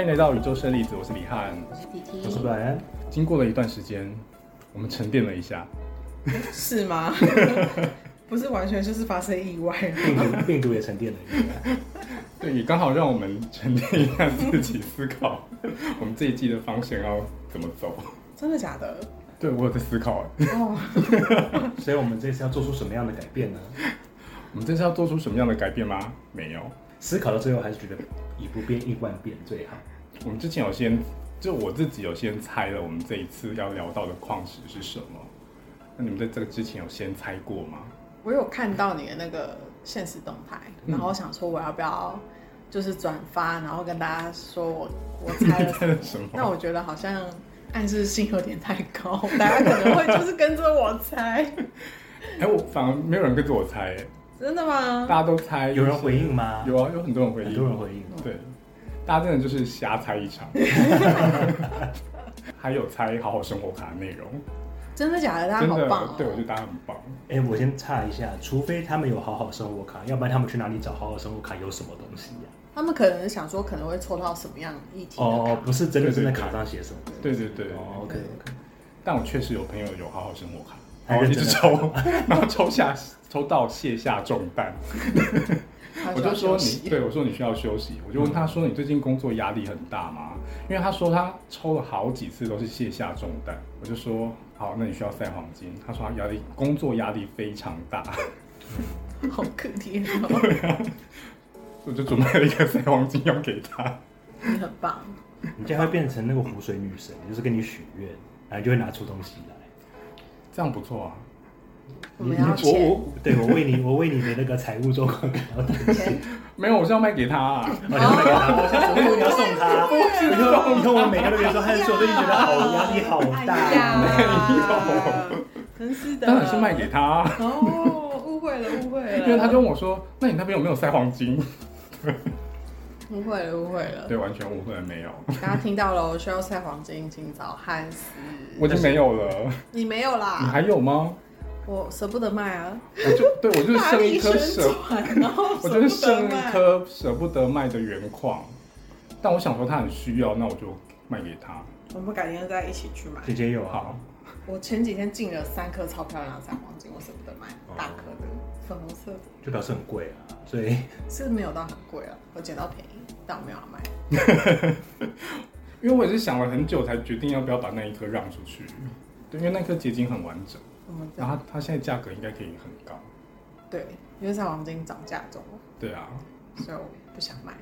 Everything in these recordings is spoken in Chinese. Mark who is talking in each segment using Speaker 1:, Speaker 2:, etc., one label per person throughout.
Speaker 1: 迎来到宇宙生粒子，我是李翰。
Speaker 2: 提
Speaker 3: 我是
Speaker 2: 提
Speaker 3: 白安，
Speaker 1: 经过了一段时间，我们沉淀了一下，
Speaker 4: 是 吗？不是完全就是发生意外啊，
Speaker 3: 病毒病毒也沉淀了一下，
Speaker 1: 对，也刚好让我们沉淀一下自己思考， 我们这一季的方向要怎么走。
Speaker 4: 真的假的？
Speaker 1: 对我有在思考，
Speaker 4: 哦，
Speaker 3: 所以我们这次要做出什么样的改变呢？
Speaker 1: 我们这是要做出什么样的改变吗？没有，
Speaker 3: 思考到最后还是觉得以不变应万变最好。
Speaker 1: 我们之前有先，就我自己有先猜了，我们这一次要聊到的矿石是什么。那你们在这个之前有先猜过吗？
Speaker 4: 我有看到你的那个现实动态，然后想说我要不要就是转发，然后跟大家说我我猜
Speaker 1: 你
Speaker 4: 了。
Speaker 1: 猜了什么？
Speaker 4: 那我觉得好像暗示性有点太 高，大家可能会就是跟着我猜，
Speaker 1: 哎、我反而没有人跟着我猜，
Speaker 4: 真的吗？
Speaker 1: 大家都猜。
Speaker 3: 有人回应吗？
Speaker 1: 有啊，有很多人回应，
Speaker 3: 很多人回应。
Speaker 1: 对，大家真的就是瞎猜一 场。还有猜《好好生活卡》的内容，
Speaker 4: 真的假的？大家
Speaker 1: 真
Speaker 4: 好
Speaker 1: 的，
Speaker 4: 棒、哦！
Speaker 1: 对我觉得大家很棒。
Speaker 3: 哎、我先插一下，除非他们有好好生活卡，要不然他们去哪里找好好生活卡有什么东西呀、
Speaker 4: 他们可能想说可能会抽到什么样议题的卡
Speaker 3: 哦，不是真
Speaker 1: 对
Speaker 3: 的
Speaker 1: 对
Speaker 3: 真
Speaker 1: 对
Speaker 3: 的卡上写什么。
Speaker 1: 对对对，
Speaker 3: 哦，OK OK，
Speaker 1: 但我确实有朋友有《好好生活卡》，
Speaker 3: 还
Speaker 1: 然后一
Speaker 3: 认
Speaker 1: 直
Speaker 3: 真地
Speaker 1: 抽， 然后抽下抽到卸下重担。
Speaker 4: 他
Speaker 1: 我
Speaker 4: 需要
Speaker 1: 就说
Speaker 4: 休息
Speaker 1: 你，对嗯我说你需要休息。我就问他说你最近工作压力很大吗？因为他说他抽了好几次都是卸下重担。我就说好，那你需要塞黄金。他说他压力工作压力非常大，
Speaker 4: 好可怜 哦，
Speaker 1: 我就准备了一个塞黄金要给他。
Speaker 4: 你很棒。
Speaker 3: 你这样会变成那个湖水女神，就是跟你许愿，然后就会拿出东西来。
Speaker 1: 这样不错啊。
Speaker 4: 我们要
Speaker 1: 我
Speaker 4: 钱，
Speaker 1: 我
Speaker 3: 对我为你，我为你的那个财务状况感到担心。
Speaker 1: 没有，我是要卖给他、啊。
Speaker 3: 哦，你要给他，我想我以为你要送他。以后以后我们每个都别说他的时候，我都已经觉得好压力好
Speaker 4: 哎
Speaker 3: 大。
Speaker 4: 呀，真是的，
Speaker 1: 当然是卖给他、啊，
Speaker 4: 哦，误会了，误会了，
Speaker 1: 因为他就问我说：“那你那边有没有塞黄金
Speaker 4: 误会了，误会？”了。
Speaker 1: 对，完全误会了，没有，
Speaker 4: 大家听到了哦，需要晒黄金，请找汉斯。
Speaker 1: 我已经没有了。
Speaker 4: 你没有
Speaker 1: 你
Speaker 4: 啦，
Speaker 1: 还有吗？
Speaker 4: 我舍不得卖啊，
Speaker 1: 我就对我就是
Speaker 4: 大
Speaker 1: 剩一
Speaker 4: 力
Speaker 1: 颗
Speaker 4: 宣
Speaker 1: 舍
Speaker 4: 传，然后
Speaker 1: 我
Speaker 4: 舍
Speaker 1: 就是
Speaker 4: 不得
Speaker 1: 剩一
Speaker 4: 卖。
Speaker 1: 颗舍不得卖的原矿，但我想说他很需要，那我就卖给他。
Speaker 4: 我们改天再一起去买。
Speaker 3: 姐姐有啊，
Speaker 1: 好，
Speaker 4: 我前几天进了三颗超漂亮的闪黄金，我舍不得卖，大颗的，粉红色的。
Speaker 3: 就表示很贵啊，所以
Speaker 4: 是没有到很贵了，我捡到便宜，但我没有要买。
Speaker 1: 因为我也是想了很久才决定要不要把那一颗让出去，对，因为那颗结晶很完整，
Speaker 4: 我们这
Speaker 1: 然后它它现在价格应该可以很高。
Speaker 4: 对，因为三黄金涨价中，
Speaker 1: 对啊，
Speaker 4: 所以我不想买。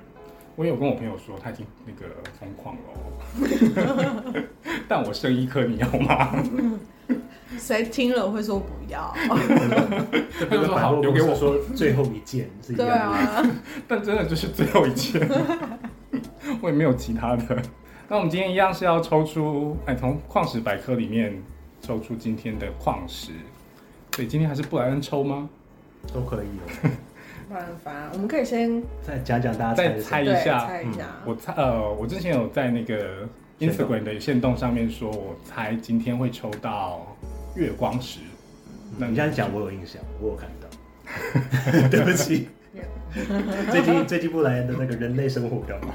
Speaker 1: 我也有跟我朋友说他已经那个疯狂了哦，但我剩一颗，你要吗？
Speaker 4: 谁听了会说不要？
Speaker 3: 这
Speaker 1: 他就说
Speaker 3: 百
Speaker 1: 好
Speaker 3: 货
Speaker 1: 留给我，
Speaker 3: 说最后一件是一
Speaker 4: 对
Speaker 3: 样的。
Speaker 4: 啊，
Speaker 1: 但真的就是最后一件，我也没有其他的。那我们今天一样是要抽出，哎，从矿石百科里面抽出今天的矿石。所以今天还是布莱恩抽吗？
Speaker 3: 都可以哦。
Speaker 4: 不然反而我们可以先
Speaker 3: 再讲讲大家猜
Speaker 1: 再
Speaker 3: 的
Speaker 1: 猜
Speaker 3: 什
Speaker 1: 一
Speaker 3: 么
Speaker 4: 对
Speaker 1: 下
Speaker 4: 猜一下。
Speaker 1: 我猜，呃，我之前有在那个
Speaker 3: 限动
Speaker 1: Instagram 的线动上面说，我猜今天会抽到月光石。那
Speaker 3: 你这样讲，我有印象，我有看到。对不起，最近最近布莱恩的那个人类生活比较忙。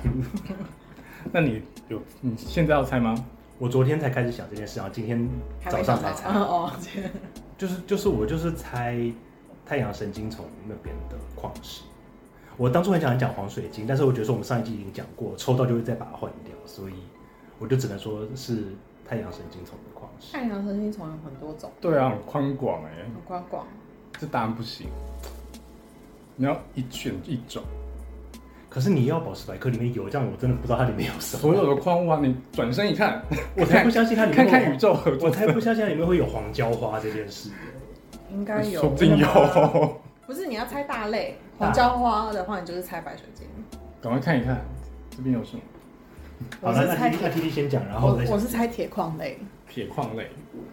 Speaker 1: 那你有你现在要猜吗？
Speaker 3: 我昨天才开始想这件事，然后今天
Speaker 4: 还
Speaker 3: 早
Speaker 4: 没
Speaker 3: 上
Speaker 4: 想
Speaker 3: 才
Speaker 4: 到
Speaker 3: 猜，
Speaker 4: 哦，这样
Speaker 3: 就是就是我就是猜太阳神经丛那边的矿石。我当初很想讲黄水晶，但是我觉得说我们上一季已经讲过，抽到就会再把它换掉，所以我就只能说是太阳神经丛的矿石。
Speaker 4: 太阳神经虫有很多种，
Speaker 1: 对啊，很宽广哎、
Speaker 4: 很宽广。
Speaker 1: 这答案不行。你要一选一种。
Speaker 3: 可是你要宝石百科里面有，这样我真的不知道它里面有什么。
Speaker 1: 所有的矿物啊，你转身一看，
Speaker 3: 我才不相信它里
Speaker 1: 看
Speaker 3: 面会
Speaker 1: 看宇宙合
Speaker 3: 我
Speaker 1: 作，
Speaker 3: 才不相信它里面会有黄椒花这件事。
Speaker 4: 应该有，
Speaker 1: 哎说不 定有，哦
Speaker 4: 不是你要猜大类，黄椒花的话，你就是猜白水晶。
Speaker 1: 赶快看一看，这边有什么
Speaker 3: 好
Speaker 4: 我
Speaker 3: 了，
Speaker 4: 是
Speaker 3: 那
Speaker 4: 猜
Speaker 3: T T 那 T T 先讲，然后
Speaker 4: 我
Speaker 3: 我再
Speaker 4: 我
Speaker 3: 讲。
Speaker 4: 是猜铁矿类，
Speaker 1: 铁矿类。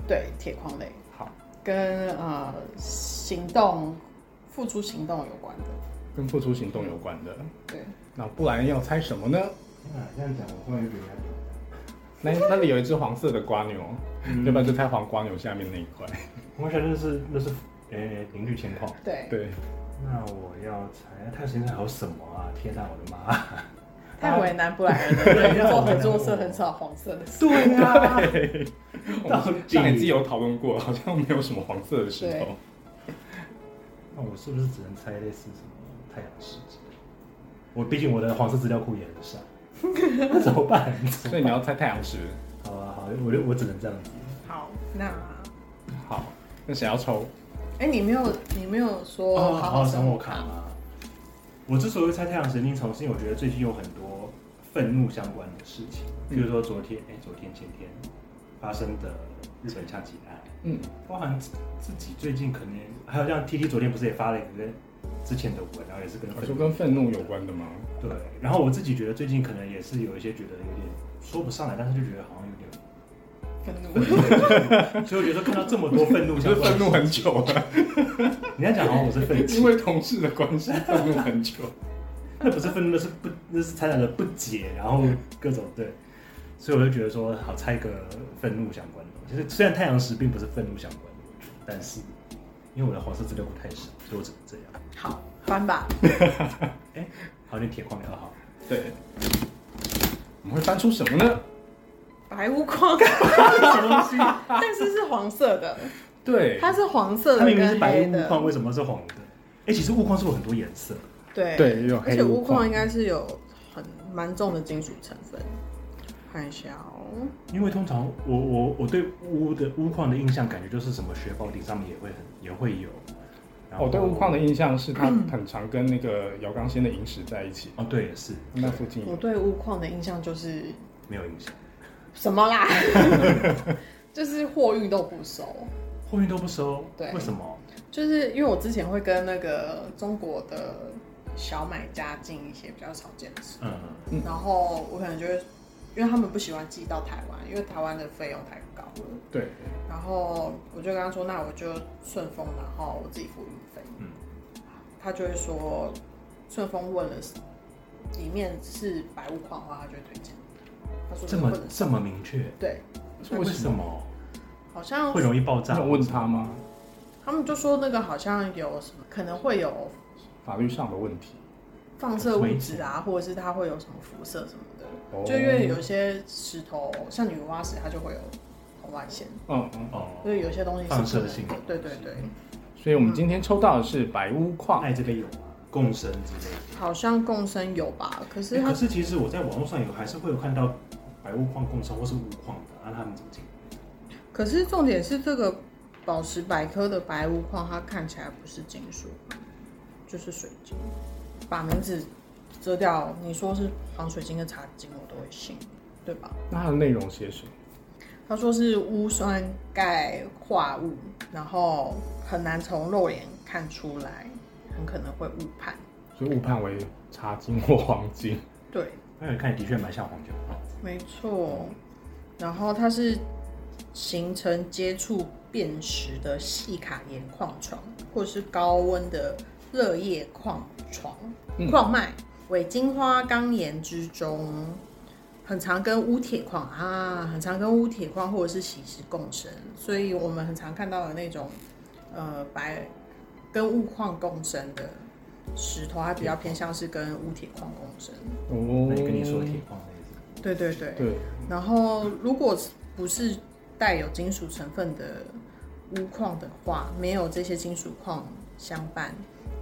Speaker 4: 对，铁矿类。
Speaker 1: 好，
Speaker 4: 跟呃行动、付出行动有关的。
Speaker 1: 跟付出行动有关的。
Speaker 4: 对，
Speaker 1: 那不然要猜什么呢？
Speaker 3: 天啊这样讲，我突然有点压力。
Speaker 1: 那那里有一只黄色的瓜牛，
Speaker 3: 嗯
Speaker 1: 要不然就猜黄瓜牛下面那一块。
Speaker 3: 我想那是那是呃邻居情况。
Speaker 4: 对，
Speaker 1: 对，
Speaker 3: 那我要猜，太阳神经丛还有什么啊？天哪，我的妈！
Speaker 4: 太为难布莱尔了，因为做合作社很少黄色的石头。
Speaker 3: 对啊，
Speaker 1: 我
Speaker 3: 到
Speaker 1: 们
Speaker 3: 底
Speaker 1: 上一季有讨论过，好像没有什么黄色的石头
Speaker 4: 对。
Speaker 3: 那我是不是只能猜类似什么太阳石之类的？我毕竟我的黄色资料库也很少，那怎么办？怎
Speaker 1: 所以
Speaker 3: 么
Speaker 1: 你
Speaker 3: 办
Speaker 1: 要猜太阳石。
Speaker 3: 好啊，好，我就我只能这样子。
Speaker 4: 好，那
Speaker 1: 好，那谁要抽？
Speaker 4: 哎、你没有你没有
Speaker 1: 哦
Speaker 4: 说好
Speaker 3: 哦好
Speaker 4: 生
Speaker 3: 生活
Speaker 4: 活
Speaker 3: 卡
Speaker 4: 卡吗？
Speaker 3: 吗？啊我之所以猜太阳神经丛，是因为我觉得最近有很多愤怒相关的事情，
Speaker 1: 嗯
Speaker 3: 比如说昨天，哎、昨天前天发生的日本枪击案，
Speaker 1: 嗯，
Speaker 3: 包含自自己最近可能还有像 T T 昨天不是也发了一个之前的文，然后也是跟
Speaker 1: 我
Speaker 3: 愤
Speaker 1: 哦说
Speaker 3: 怒
Speaker 1: 跟愤怒有关的吗？
Speaker 3: 对，然后我自己觉得最近可能也是有一些觉得有点说不上来，但是就觉得好像有点
Speaker 4: 愤 怒，
Speaker 3: 所以我觉得看到这么多愤怒
Speaker 1: 我
Speaker 3: 相
Speaker 1: 是
Speaker 3: 关 的
Speaker 1: 愤
Speaker 3: 事情，
Speaker 1: 怒很久 了，
Speaker 3: 你要讲好像我是愤
Speaker 1: 因
Speaker 3: 青，
Speaker 1: 为同事的关系愤怒很久。
Speaker 3: 那不是愤怒，那是不，那是掺杂了不解，然后各种对，所以我就觉得说，好猜一个愤怒相关的。其实虽然太阳石并不是愤怒相关的，但是因为我的黄色资料库太少，所以我只能这 样。
Speaker 4: 好翻吧，
Speaker 3: 哎，好，你铁矿比较好。
Speaker 1: 对，我们会翻出什么呢？
Speaker 4: 白无 框，
Speaker 3: 什么东西？
Speaker 4: 但是是黄色的，
Speaker 1: 对，
Speaker 4: 它是黄色
Speaker 3: 它
Speaker 4: 的
Speaker 3: 明明是
Speaker 4: 跟
Speaker 3: 白
Speaker 4: 黑
Speaker 3: 雾
Speaker 4: 的，
Speaker 3: 框，为什么是黄的？哎，其实雾框是有很多颜色，
Speaker 1: 嗯
Speaker 4: 对，
Speaker 1: 对，有
Speaker 4: 而
Speaker 1: 黑
Speaker 4: 且
Speaker 1: 屋
Speaker 4: 钨矿应该是有很蛮重的金属成分，看一下哦，
Speaker 3: 因为通常我我我对钨的钨矿的印象感觉就是什么雪宝顶上面也会很也会有。然后
Speaker 1: 哦我对钨矿的印象是它
Speaker 3: 嗯
Speaker 1: 很常跟那个姚刚先的萤石在一起，
Speaker 3: 哦对也是
Speaker 1: 那附近
Speaker 4: 我对钨矿的印象就是
Speaker 3: 没有印象。
Speaker 4: 什么 啦，就是货运都不熟，
Speaker 3: 货运都不收，
Speaker 4: 对
Speaker 3: 为什么？
Speaker 4: 就是因为我之前会跟那个中国的小买家进一些比较少见的事，
Speaker 3: 嗯，
Speaker 1: 嗯
Speaker 4: 然后我可能就会，因为他们不喜欢寄到台湾，因为台湾的费用太高了。
Speaker 1: 对，
Speaker 4: 然后我就跟他说，那我就顺丰，然后我自己付运费。
Speaker 3: 嗯
Speaker 4: 他就会说，顺丰问了里面是白物矿的话，他就会推荐。他说
Speaker 3: 这
Speaker 4: 你
Speaker 3: 么
Speaker 4: 问的是
Speaker 3: 这么明确，
Speaker 4: 对，
Speaker 3: 为什么
Speaker 4: 好像
Speaker 3: 会容易爆炸？
Speaker 1: 那我问他吗？
Speaker 4: 他们就说那个好像有什么可能会有
Speaker 1: 法律上的问题，
Speaker 4: 放射物质啊，或者是它会有什么辐射什么的。
Speaker 1: 哦
Speaker 4: 就因为有些石头，像女娲石，它就会有红外线，
Speaker 1: 嗯嗯，
Speaker 3: 哦，
Speaker 4: 所以有些东西是
Speaker 3: 放射
Speaker 4: 不能
Speaker 3: 性
Speaker 4: 的对对对，
Speaker 1: 所以
Speaker 4: 嗯
Speaker 1: 我们今天抽到的是白屋矿，
Speaker 3: 爱这边有吗共生之类的。
Speaker 4: 好像共生有吧？可是
Speaker 3: 欸
Speaker 4: 它
Speaker 3: 可是其实我在网络上有还是会有看到白物矿共生或是物矿的，啊那他们怎么进？
Speaker 4: 可是重点是这个宝石百科的白无矿，它看起来不是金属，就是水晶。把名字遮掉，你说是黄水晶跟茶晶，我都会信，对吧？
Speaker 1: 那它的内容写什么？
Speaker 4: 他说是钨酸钙化物，然后很难从肉眼看出来，很可能会误判。
Speaker 1: 所以误判为茶金或黄金，
Speaker 4: 对，
Speaker 3: 那你看的确蛮像黄金的，
Speaker 4: 没错。然后它是形成接触辨识的细卡岩矿床，或是高温的热液矿床、
Speaker 1: 嗯
Speaker 4: 矿脉、伪金花岗岩之中，很常跟钨铁矿啊，很常跟钨铁矿或者是喜石共生，所以我们很常看到的那种呃白跟钨矿共生的石头，它比较偏向是跟钨铁矿共生。
Speaker 1: 哦
Speaker 3: 那你跟你说的铁矿类似，
Speaker 4: 对对对。
Speaker 1: 对，
Speaker 4: 然后，如果不是带有金属成分的钨矿的话，没有这些金属矿相伴，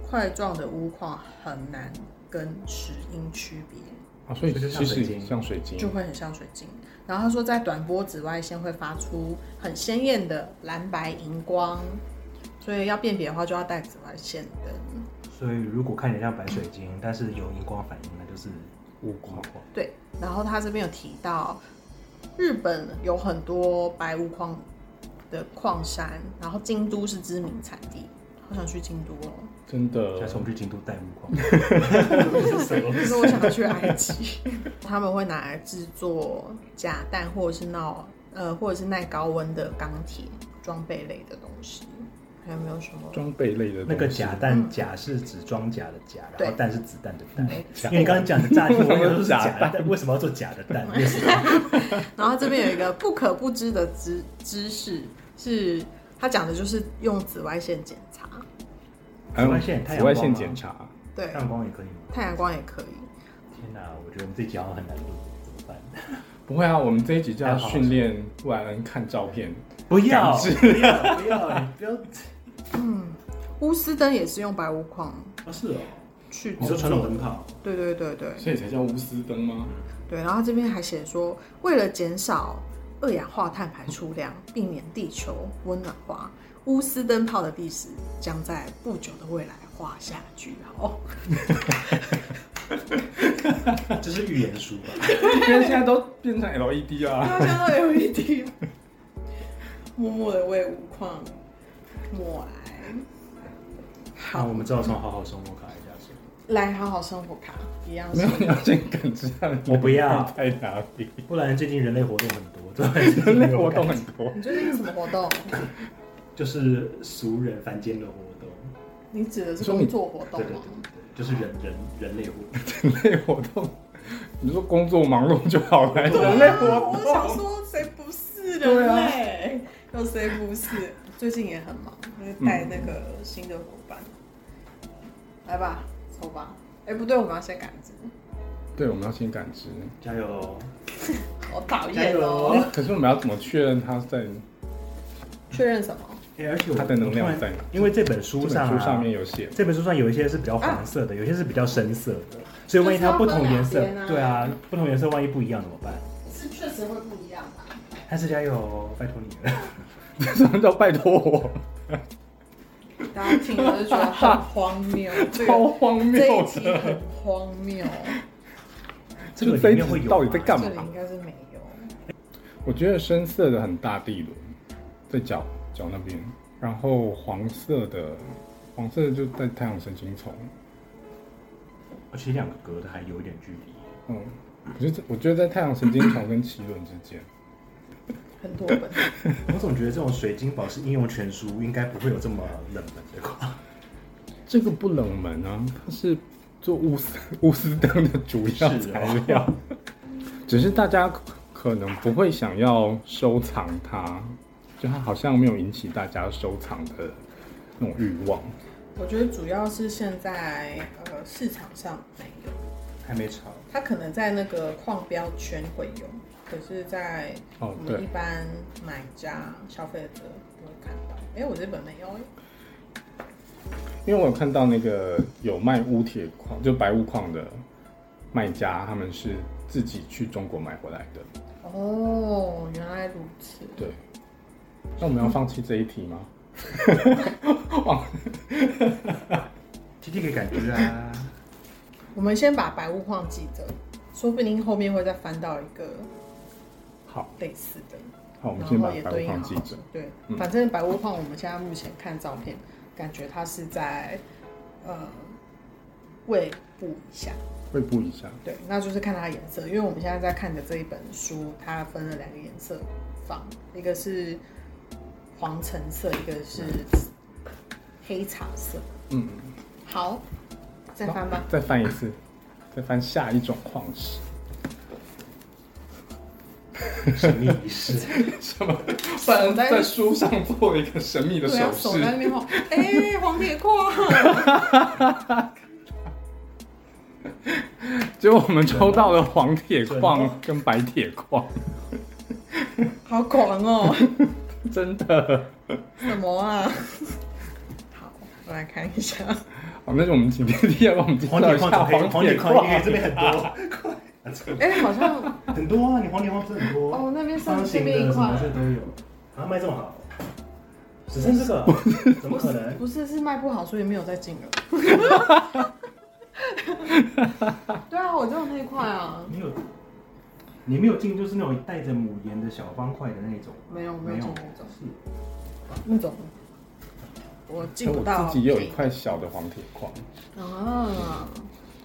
Speaker 4: 块状的钨矿很难跟石英区别，
Speaker 1: 啊，所以
Speaker 3: 所以就像
Speaker 1: 其
Speaker 3: 水
Speaker 1: 实
Speaker 3: 晶
Speaker 1: 像水晶
Speaker 4: 就，会很像水晶。然后他说，在短波紫外线会发出很鲜艳的蓝白荧光，所以要辨别的话，就要带紫外线灯。
Speaker 3: 所以如果看起来像白水晶，但是有荧光反应，那就是
Speaker 1: 物
Speaker 3: 物
Speaker 1: 矿
Speaker 3: 矿。
Speaker 4: 对，然后他这边有提到，日本有很多白雾矿的矿山，然后京都是知名产地，好想去京都哦。
Speaker 1: 真的
Speaker 3: 下次我们去京都带物矿，这是什么
Speaker 4: 可是我想要去埃及， 他们会拿来制作假弹或者是闹呃或者是耐高温的钢铁装备类的东西，还有没有什么？
Speaker 1: 装备类的东西
Speaker 3: 那个假弹，甲是指装甲的甲，然
Speaker 4: 对
Speaker 3: 后弹是子弹的弹。
Speaker 4: 没
Speaker 3: 因为你刚刚讲的炸弹，我想说是假
Speaker 1: 假
Speaker 3: 的蛋，为什么要做假的蛋？为什么？
Speaker 4: 然后这边有一个不可不知的知知识，是他讲的就是用紫外线检查，
Speaker 1: 还有
Speaker 3: 紫外线太阳
Speaker 1: 紫外
Speaker 3: 光
Speaker 1: 线
Speaker 3: 吗
Speaker 1: 检查，
Speaker 4: 对，
Speaker 3: 亮光也可以吗？
Speaker 4: 太阳光也可以。
Speaker 3: 天哪，我觉得我们这集好像很难录，怎么办？
Speaker 1: 不会啊，我们这一集就
Speaker 3: 还
Speaker 1: 要
Speaker 3: 有好好
Speaker 1: 训练布莱恩看照片。
Speaker 3: 不要，
Speaker 1: 要
Speaker 3: 不要，不要，你不要。
Speaker 4: 钨丝灯也是用白钨矿
Speaker 3: 啊，是哦，
Speaker 4: 去
Speaker 3: 你说传统灯泡，
Speaker 4: 对对对对
Speaker 1: 所以才叫钨丝灯 吗？
Speaker 4: 对，然后这边还写说，为了减少二氧化碳排出量，避免地球温暖化，钨丝灯泡的历史将在不久的未来画下句号。
Speaker 3: 这是预言书吧？
Speaker 1: 因为现在都变成 LED 啊。
Speaker 4: 大家都有一滴，默默的为无矿默哀。
Speaker 3: 那
Speaker 4: 好
Speaker 3: 我，们只好从好好生活卡一下手。
Speaker 4: 来好好生活卡一样
Speaker 1: 没
Speaker 4: 是
Speaker 1: 有，你要先感知到你的
Speaker 3: 我不要
Speaker 1: 能力在哪 里。
Speaker 3: 不然最近人类活动很多，对，
Speaker 1: 人类活动很多，
Speaker 4: 你最近什么活动？
Speaker 3: 就是俗人凡间的活动，
Speaker 4: 你指的是
Speaker 1: 说你
Speaker 4: 工作活动
Speaker 3: 对对对
Speaker 4: 吗？
Speaker 3: 对，就是人人人类活动。
Speaker 1: 人类活动，你说工作忙碌就好了，
Speaker 4: 对啊
Speaker 1: 人类活
Speaker 4: 我想
Speaker 1: 动。
Speaker 4: 说谁不是
Speaker 1: 对
Speaker 4: 人
Speaker 1: 啊
Speaker 4: 类？有谁不是？最近也很忙，因为带那个新的伙伴。来吧，抽吧。哎、不对，我们要先感知。
Speaker 1: 对，我们要先感知。
Speaker 3: 加油！
Speaker 4: 好讨
Speaker 3: 加
Speaker 4: 厌
Speaker 3: 油
Speaker 4: 哦！
Speaker 1: 可是我们要怎么确认它在
Speaker 4: 确认什么？
Speaker 3: 哎，而且我
Speaker 1: 它的能量
Speaker 3: 我突然
Speaker 1: 在哪
Speaker 3: 因为这本
Speaker 1: 这
Speaker 3: 书
Speaker 1: 本
Speaker 3: 上、啊、
Speaker 1: 书上面有写？
Speaker 3: 这本书上有一些是比较黄色的，有些是比较深色的，所以万一它不同颜色，
Speaker 4: 就是要分两边啊
Speaker 3: 对啊，不同颜色万一不一样怎么办？
Speaker 4: 是确实会不一样吧？
Speaker 3: 还是加油，拜托你了。
Speaker 1: 什么叫拜托我？
Speaker 4: 大家听了就觉得很荒 谬，这
Speaker 1: 超
Speaker 4: 个
Speaker 1: 荒
Speaker 4: 这
Speaker 1: 谬
Speaker 4: 一集
Speaker 1: 的！
Speaker 4: 很荒谬。
Speaker 3: 这个
Speaker 1: 这
Speaker 3: 里
Speaker 1: 一
Speaker 3: 面会有啊
Speaker 1: 集
Speaker 3: 吗
Speaker 1: 到底在干
Speaker 4: 这里
Speaker 1: 嘛
Speaker 4: 应？该是没有。
Speaker 1: 我觉得深色的很大地轮，在脚脚那边，然后黄色的，黄色的就在太阳神经丛。
Speaker 3: 而且两个隔的还有一点距离，
Speaker 1: 嗯，我觉得我觉得在太阳神经丛跟奇轮之间，
Speaker 4: 很多本，
Speaker 3: 我总觉得这种水晶宝石应用全书应该不会有这么冷门的款。
Speaker 1: 这个不冷门啊，它是做钨丝钨丝灯的主要
Speaker 3: 是哦
Speaker 1: 材料， 只是大家可可能不会想要收藏它，就它好像没有引起大家收藏的那种欲望。
Speaker 4: 我觉得主要是现在呃市场上没有。
Speaker 3: 还没炒，
Speaker 4: 它可能在那个矿标圈会有，可是，在
Speaker 1: 哦
Speaker 4: 我们一
Speaker 1: 对
Speaker 4: 般买家、消费者不会看到。哎、我这本没有欸，
Speaker 1: 因为我有看到那个有卖钨铁矿，就白钨矿的卖家，他们是自己去中国买回来的。
Speaker 4: 哦，原来如此。
Speaker 1: 对，那我们要放弃这一题吗？
Speaker 3: T T 可以感觉啊，
Speaker 4: 我们先把白物矿记着，说不定后面会再翻到一个
Speaker 1: 好，
Speaker 4: 类似的，
Speaker 1: 好，我们先
Speaker 4: 然
Speaker 1: 把
Speaker 4: 后也
Speaker 1: 白
Speaker 4: 对
Speaker 1: 钨
Speaker 4: 应好
Speaker 1: 矿
Speaker 4: 好
Speaker 1: 记着。
Speaker 4: 对，
Speaker 1: 嗯
Speaker 4: 反正白物矿我们现在目前看照片，感觉它是在呃胃部以下。
Speaker 1: 会不一下。
Speaker 4: 对，那就是看它的颜色，因为我们现在在看的这一本书，它分了两个颜色放，一个是黄橙色，一个是黑茶色。
Speaker 1: 嗯，
Speaker 4: 好，再翻吧。
Speaker 1: 再翻一次，再翻下一种矿石。
Speaker 3: 神秘仪 式。
Speaker 1: 什么？
Speaker 4: 手在
Speaker 1: 在书上做了一个神秘的
Speaker 4: 对啊，
Speaker 1: 手
Speaker 4: 手
Speaker 1: 势。
Speaker 4: 在那边晃，哎、黄铁矿，
Speaker 1: 结果我们抽到了黄铁矿跟白铁矿，
Speaker 4: 好狂哦！
Speaker 1: 真的。
Speaker 4: 什么啊？好，我来看一下。
Speaker 1: 好，那就我们请天地来帮我们介
Speaker 3: 黄
Speaker 1: 绍一下
Speaker 3: 铁矿怎么可以？
Speaker 1: 黄
Speaker 3: 黄铁矿
Speaker 1: 矿
Speaker 3: 也可以，这边很多，
Speaker 4: 哎、好像
Speaker 3: 快很多啊！你黄铁矿真的很多
Speaker 4: 哦那边上
Speaker 3: 方形
Speaker 4: 这边
Speaker 3: 的
Speaker 4: 一
Speaker 3: 什
Speaker 4: 块
Speaker 3: 么这都有，啊，卖这么好，只剩这个，啊怎么可能？
Speaker 4: 不是是卖不好，所以没有再进了。 对啊，我只有那一块啊，
Speaker 3: 没有，你没有进就是那种带着母岩的小方块的那种，
Speaker 4: 没有没有进那种。
Speaker 3: 是
Speaker 4: 那种，我进不到。
Speaker 1: 哎我自己也有一块小的黄铁矿，
Speaker 4: 啊，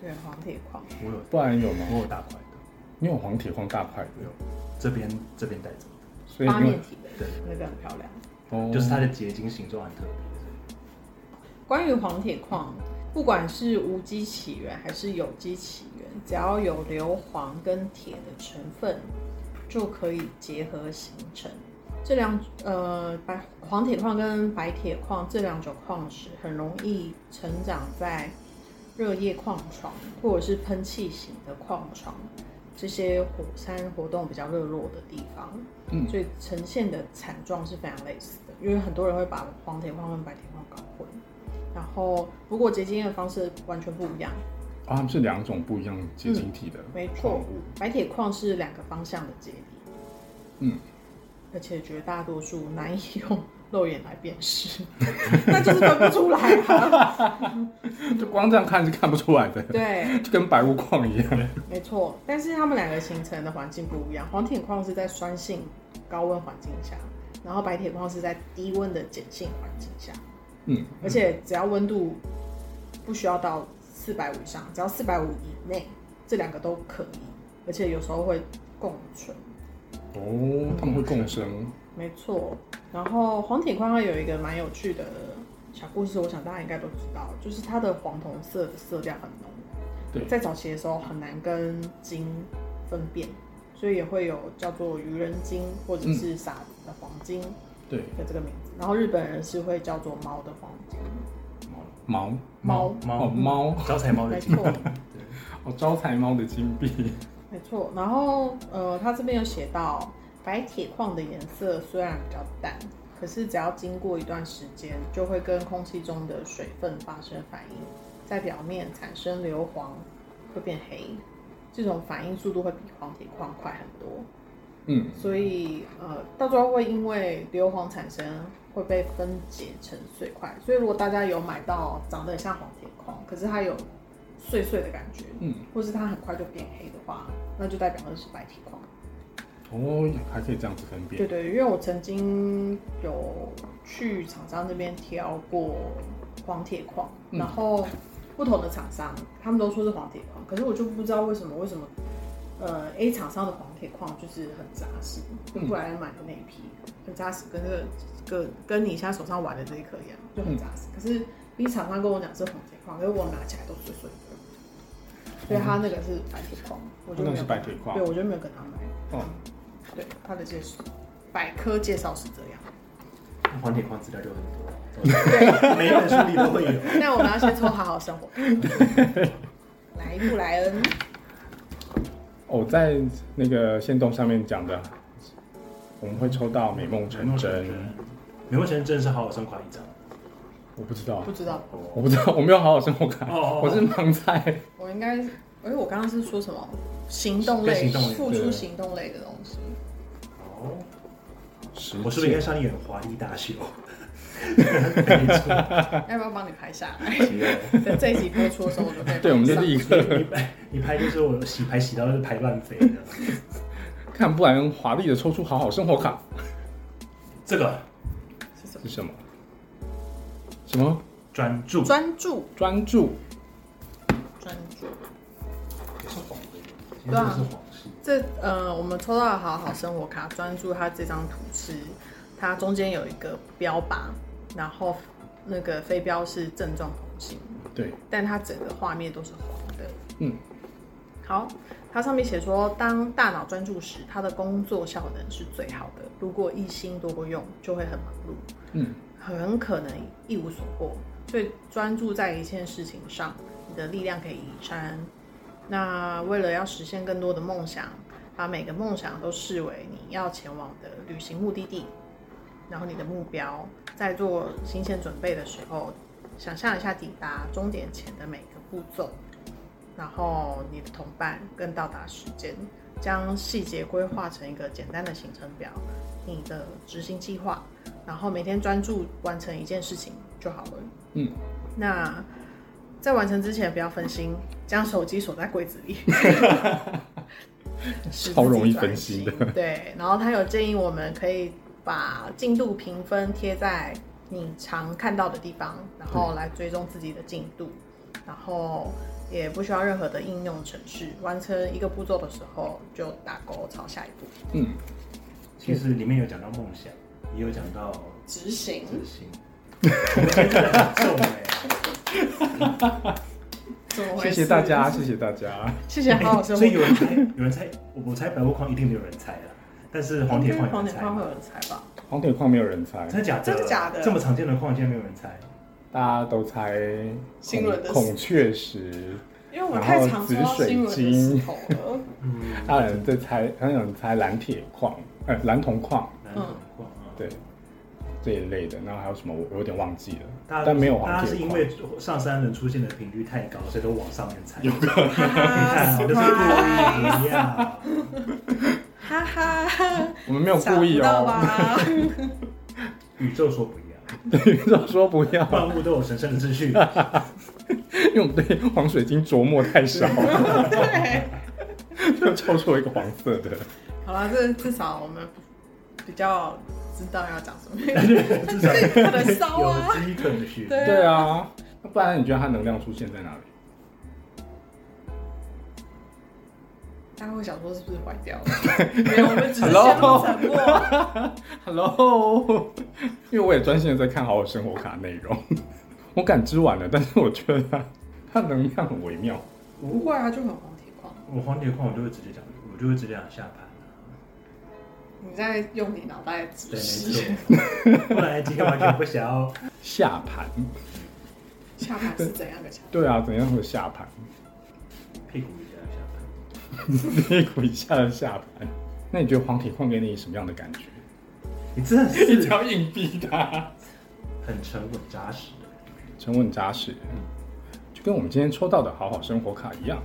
Speaker 4: 对，黄铁矿。
Speaker 3: 我有
Speaker 1: 不然有吗？
Speaker 3: 我有大块的，
Speaker 1: 你有黄铁矿大块
Speaker 3: 我
Speaker 1: 的，
Speaker 3: 有这边这边带着，
Speaker 1: 所以
Speaker 4: 八
Speaker 1: 你有
Speaker 4: 面体的
Speaker 3: 对，
Speaker 4: 那个很漂亮。
Speaker 1: 哦
Speaker 3: 就是它的结晶形状很特别，
Speaker 4: 关于黄铁矿，不管是无机起源还是有机起源，只要有硫磺跟铁的成分，就可以结合形成。这两呃白黄铁矿跟白铁矿这两种矿石很容易成长在热液矿床或者是喷气型的矿床这些火山活动比较热络的地方，
Speaker 1: 嗯
Speaker 4: 所以呈现的惨状是非常类似的。因为很多人会把黄铁矿跟白铁矿搞混，然后不过结晶的方式完全不一样。
Speaker 1: 啊，它们是两种不一样结晶体的
Speaker 4: 没
Speaker 1: 矿
Speaker 4: 错
Speaker 1: 物，，
Speaker 4: 白铁矿是两个方向的解离，
Speaker 1: 嗯，
Speaker 4: 而且绝大多数难以用肉眼来辨识， 那就是分不出来啊。嗯
Speaker 1: 就光这样看是看不出来的，
Speaker 4: 对，
Speaker 1: 就跟白雾矿一样。
Speaker 4: 没错，但是它们两个形成的环境不一样。黄铁矿是在酸性高温环境下，然后白铁矿是在低温的碱性环境下，
Speaker 1: 嗯，
Speaker 4: 而且只要温度不需要到四百五以上，只要四百五以内，这两个都可以，而且有时候会共存。
Speaker 1: 哦，他们会共生，
Speaker 4: 没错，然后黄铁矿它有一个蛮有趣的小故事，我想大家应该都知道，就是它的黄铜色的色调很浓，
Speaker 1: 对
Speaker 4: 在早期的时候很难跟金分辨，所以也会有叫做愚人金或者是傻子的黄金
Speaker 1: 对，
Speaker 4: 的这个名字，然后日本人是会叫做猫的黄金，
Speaker 1: 毛
Speaker 4: 猫，
Speaker 1: 哦
Speaker 3: 猫
Speaker 1: 猫
Speaker 3: 招财猫的
Speaker 4: 没
Speaker 3: 金
Speaker 4: 错。
Speaker 1: 哦招财猫的金币，
Speaker 4: 没错，然后呃，他这边有写到，白铁矿的颜色虽然比较淡，可是只要经过一段时间，就会跟空气中的水分发生反应，在表面产生硫磺，会变黑。这种反应速度会比黄铁矿快很多，
Speaker 1: 嗯，
Speaker 4: 所以呃，到最后会因为硫磺产生会被分解成碎块，所以如果大家有买到长得很像黄铁矿，可是它有碎碎的感觉，
Speaker 1: 嗯，
Speaker 4: 或是它很快就变黑的话，那就代表那是白铁矿。
Speaker 1: 哦，还可以这样子分辨，
Speaker 4: 对对，因为我曾经有去厂商那边挑过黄铁矿，
Speaker 1: 嗯
Speaker 4: 然后不同的厂商他们都说是黄铁矿，可是我就不知道为什么为什么，呃，A 厂商的黄铁矿就是很扎实，跟
Speaker 1: 嗯
Speaker 4: 布莱恩买的那一批很扎实，跟这个跟跟你现在手上玩的这一颗一样，就很扎实。可是 B 厂商跟我讲是黄铁矿，可是我拿起来都碎碎的，所以他那个是白铁矿，我
Speaker 1: 嗯哦
Speaker 4: 就
Speaker 1: 那
Speaker 4: 没有
Speaker 1: 是
Speaker 4: 跟
Speaker 1: 白
Speaker 4: 他
Speaker 1: 铁矿
Speaker 4: 对我就没有跟他买。
Speaker 1: 哦，
Speaker 4: 对，他的介绍，百科介绍是这样。
Speaker 3: 黄铁矿资料就很多，每一本书里都会有。
Speaker 4: 那我们要先抽好好生活。来，布莱恩，
Speaker 1: 哦，在那个线动上面讲的，我们会抽到美梦成真，
Speaker 3: 美梦成真是好好生活一张。
Speaker 1: 我不知道
Speaker 4: 不，知道，
Speaker 1: 我不知道，我没有好好生活卡，
Speaker 3: 哦哦哦
Speaker 1: 我是盲猜，
Speaker 4: 我应该，哎，我刚刚是说什么？行动类，
Speaker 3: 对行动类
Speaker 4: 付出
Speaker 1: 对
Speaker 4: 行动类的东西。
Speaker 3: 哦，
Speaker 1: 实
Speaker 3: 我是不是应该
Speaker 1: 践
Speaker 3: 上演华裔大秀？没错，
Speaker 1: 啊
Speaker 4: 要不要帮你拍下来？
Speaker 3: 极了
Speaker 4: 等这一集播出的时候，我就可以。
Speaker 1: 对，我们就
Speaker 4: 上
Speaker 1: 立刻
Speaker 3: 你拍你拍就是我洗牌洗到就是牌乱飞的。
Speaker 1: 看布莱恩华丽的抽出好好生活卡
Speaker 3: 这个
Speaker 4: 是什么
Speaker 1: 是什么？什么
Speaker 3: 专注，
Speaker 4: 专注，
Speaker 1: 专注？
Speaker 4: 专注。
Speaker 3: 也是黄的，今天
Speaker 4: 对啊
Speaker 3: 这个是黄系。
Speaker 4: 这呃，我们抽到的好好生活卡，专注它这张图是，它中间有一个标靶，然后那个飞镖是症状同性，
Speaker 1: 对，
Speaker 4: 但它整个画面都是黄的。
Speaker 1: 嗯，
Speaker 4: 好，它上面写说，当大脑专注时，它的工作效能是最好的。如果一心多用，就会很忙碌，
Speaker 1: 嗯，
Speaker 4: 很可能一无所获。所以专注在一件事情上，你的力量可以移山。那为了要实现更多的梦想，把每个梦想都视为你要前往的旅行目的地，然后你的目标，在做行前准备的时候，想象一下抵达终点前的每个步骤。然后你的同伴跟到达时间，将细节规划成一个简单的行程表，你的执行计划，然后每天专注完成一件事情就好了。
Speaker 1: 嗯，
Speaker 4: 那在完成之前不要分心，将手机锁在柜子里，使自 己
Speaker 1: 超容易分心 的
Speaker 4: 专心。对，然后他有建议我们可以把进度评分贴在你常看到的地方，然后来追踪自己的进度，然后也不需要任何的应用程式，完成一个步骤的时候就打勾朝下一步
Speaker 1: 嗯，
Speaker 3: 其实里面有讲到梦想，也有讲到
Speaker 4: 执行。
Speaker 3: 执行。我们今天真的很重哎、
Speaker 4: 怎么回
Speaker 1: 谢
Speaker 4: 事
Speaker 1: 谢大 家，，谢谢大家。
Speaker 4: 谢谢好好生活
Speaker 3: 所以。有人猜，有人猜，我我猜白屋框一定没有人猜了，但是黄铁矿有
Speaker 4: 黄
Speaker 3: 人
Speaker 4: 铁
Speaker 3: 猜
Speaker 4: 矿会
Speaker 3: 吗，
Speaker 4: 有人猜吧？
Speaker 1: 黄铁矿没有人猜，
Speaker 3: 真的假的？
Speaker 4: 真的假的
Speaker 3: 这么常见的矿竟然没有人猜，
Speaker 1: 大家都猜
Speaker 4: 新轮的
Speaker 1: 孔孔雀石，
Speaker 4: 因为我太常抽到新轮的石头了。
Speaker 3: 嗯，
Speaker 1: 还有人在猜，还有人猜蓝铁矿，呃，蓝铜矿，
Speaker 3: 难懂过啊。
Speaker 1: 嗯对，这一类的。然后还有什么？我我有点忘记了，
Speaker 3: 大家
Speaker 1: 但没有
Speaker 3: 大
Speaker 1: 黄
Speaker 3: 家
Speaker 1: 铁
Speaker 3: 是因
Speaker 1: 矿。
Speaker 3: 为上山人出现的频率太高，所以都往上面踩。
Speaker 1: 有
Speaker 3: 个
Speaker 4: 哈哈
Speaker 3: 看，我就是故意一样。
Speaker 4: 哈哈，
Speaker 1: 我们没有故意
Speaker 4: 想不 到
Speaker 1: 哦，
Speaker 4: 吧？
Speaker 3: 宇宙说不一 样，
Speaker 1: 对，就说不要，
Speaker 3: 万物都有神圣的秩序。
Speaker 1: 因为我们对黄水晶琢磨太少，
Speaker 4: 对，
Speaker 1: 就抽出了一个黄色的。
Speaker 4: 好了，这至少我们比较知道要讲什么，
Speaker 3: 至 少
Speaker 4: 可能烧啊。
Speaker 3: 有机可循。
Speaker 4: 对啊
Speaker 1: 对啊，那不然你觉得它能量出现在哪里？
Speaker 4: 大家会想说是不是坏掉了？没有，我们只是陷入沉默。
Speaker 1: Hello，因为我也专心的在看好我生活卡内容， 我感知完了，但是我觉得它它能量很微妙。
Speaker 4: 不会啊，就很黄铁矿。
Speaker 3: 我黄铁矿，我就会直接讲，我就会直接讲下盘啊。
Speaker 4: 你在用你脑袋
Speaker 3: 对，
Speaker 4: 指示，
Speaker 3: 没错。不然今天完全不想要。
Speaker 1: 下盘，
Speaker 4: 下盘是怎样的下
Speaker 1: 对啊，怎样的下盘？
Speaker 3: 屁股一下下盘，
Speaker 1: 屁股以下的下盘。那你觉得黄铁矿给你什么样的感觉？
Speaker 3: 你真的
Speaker 1: 你只
Speaker 3: 是
Speaker 1: 要硬逼它，
Speaker 3: 很沉稳扎实的人。
Speaker 1: 沉稳扎实，就跟我们今天抽到的好好生活卡一样，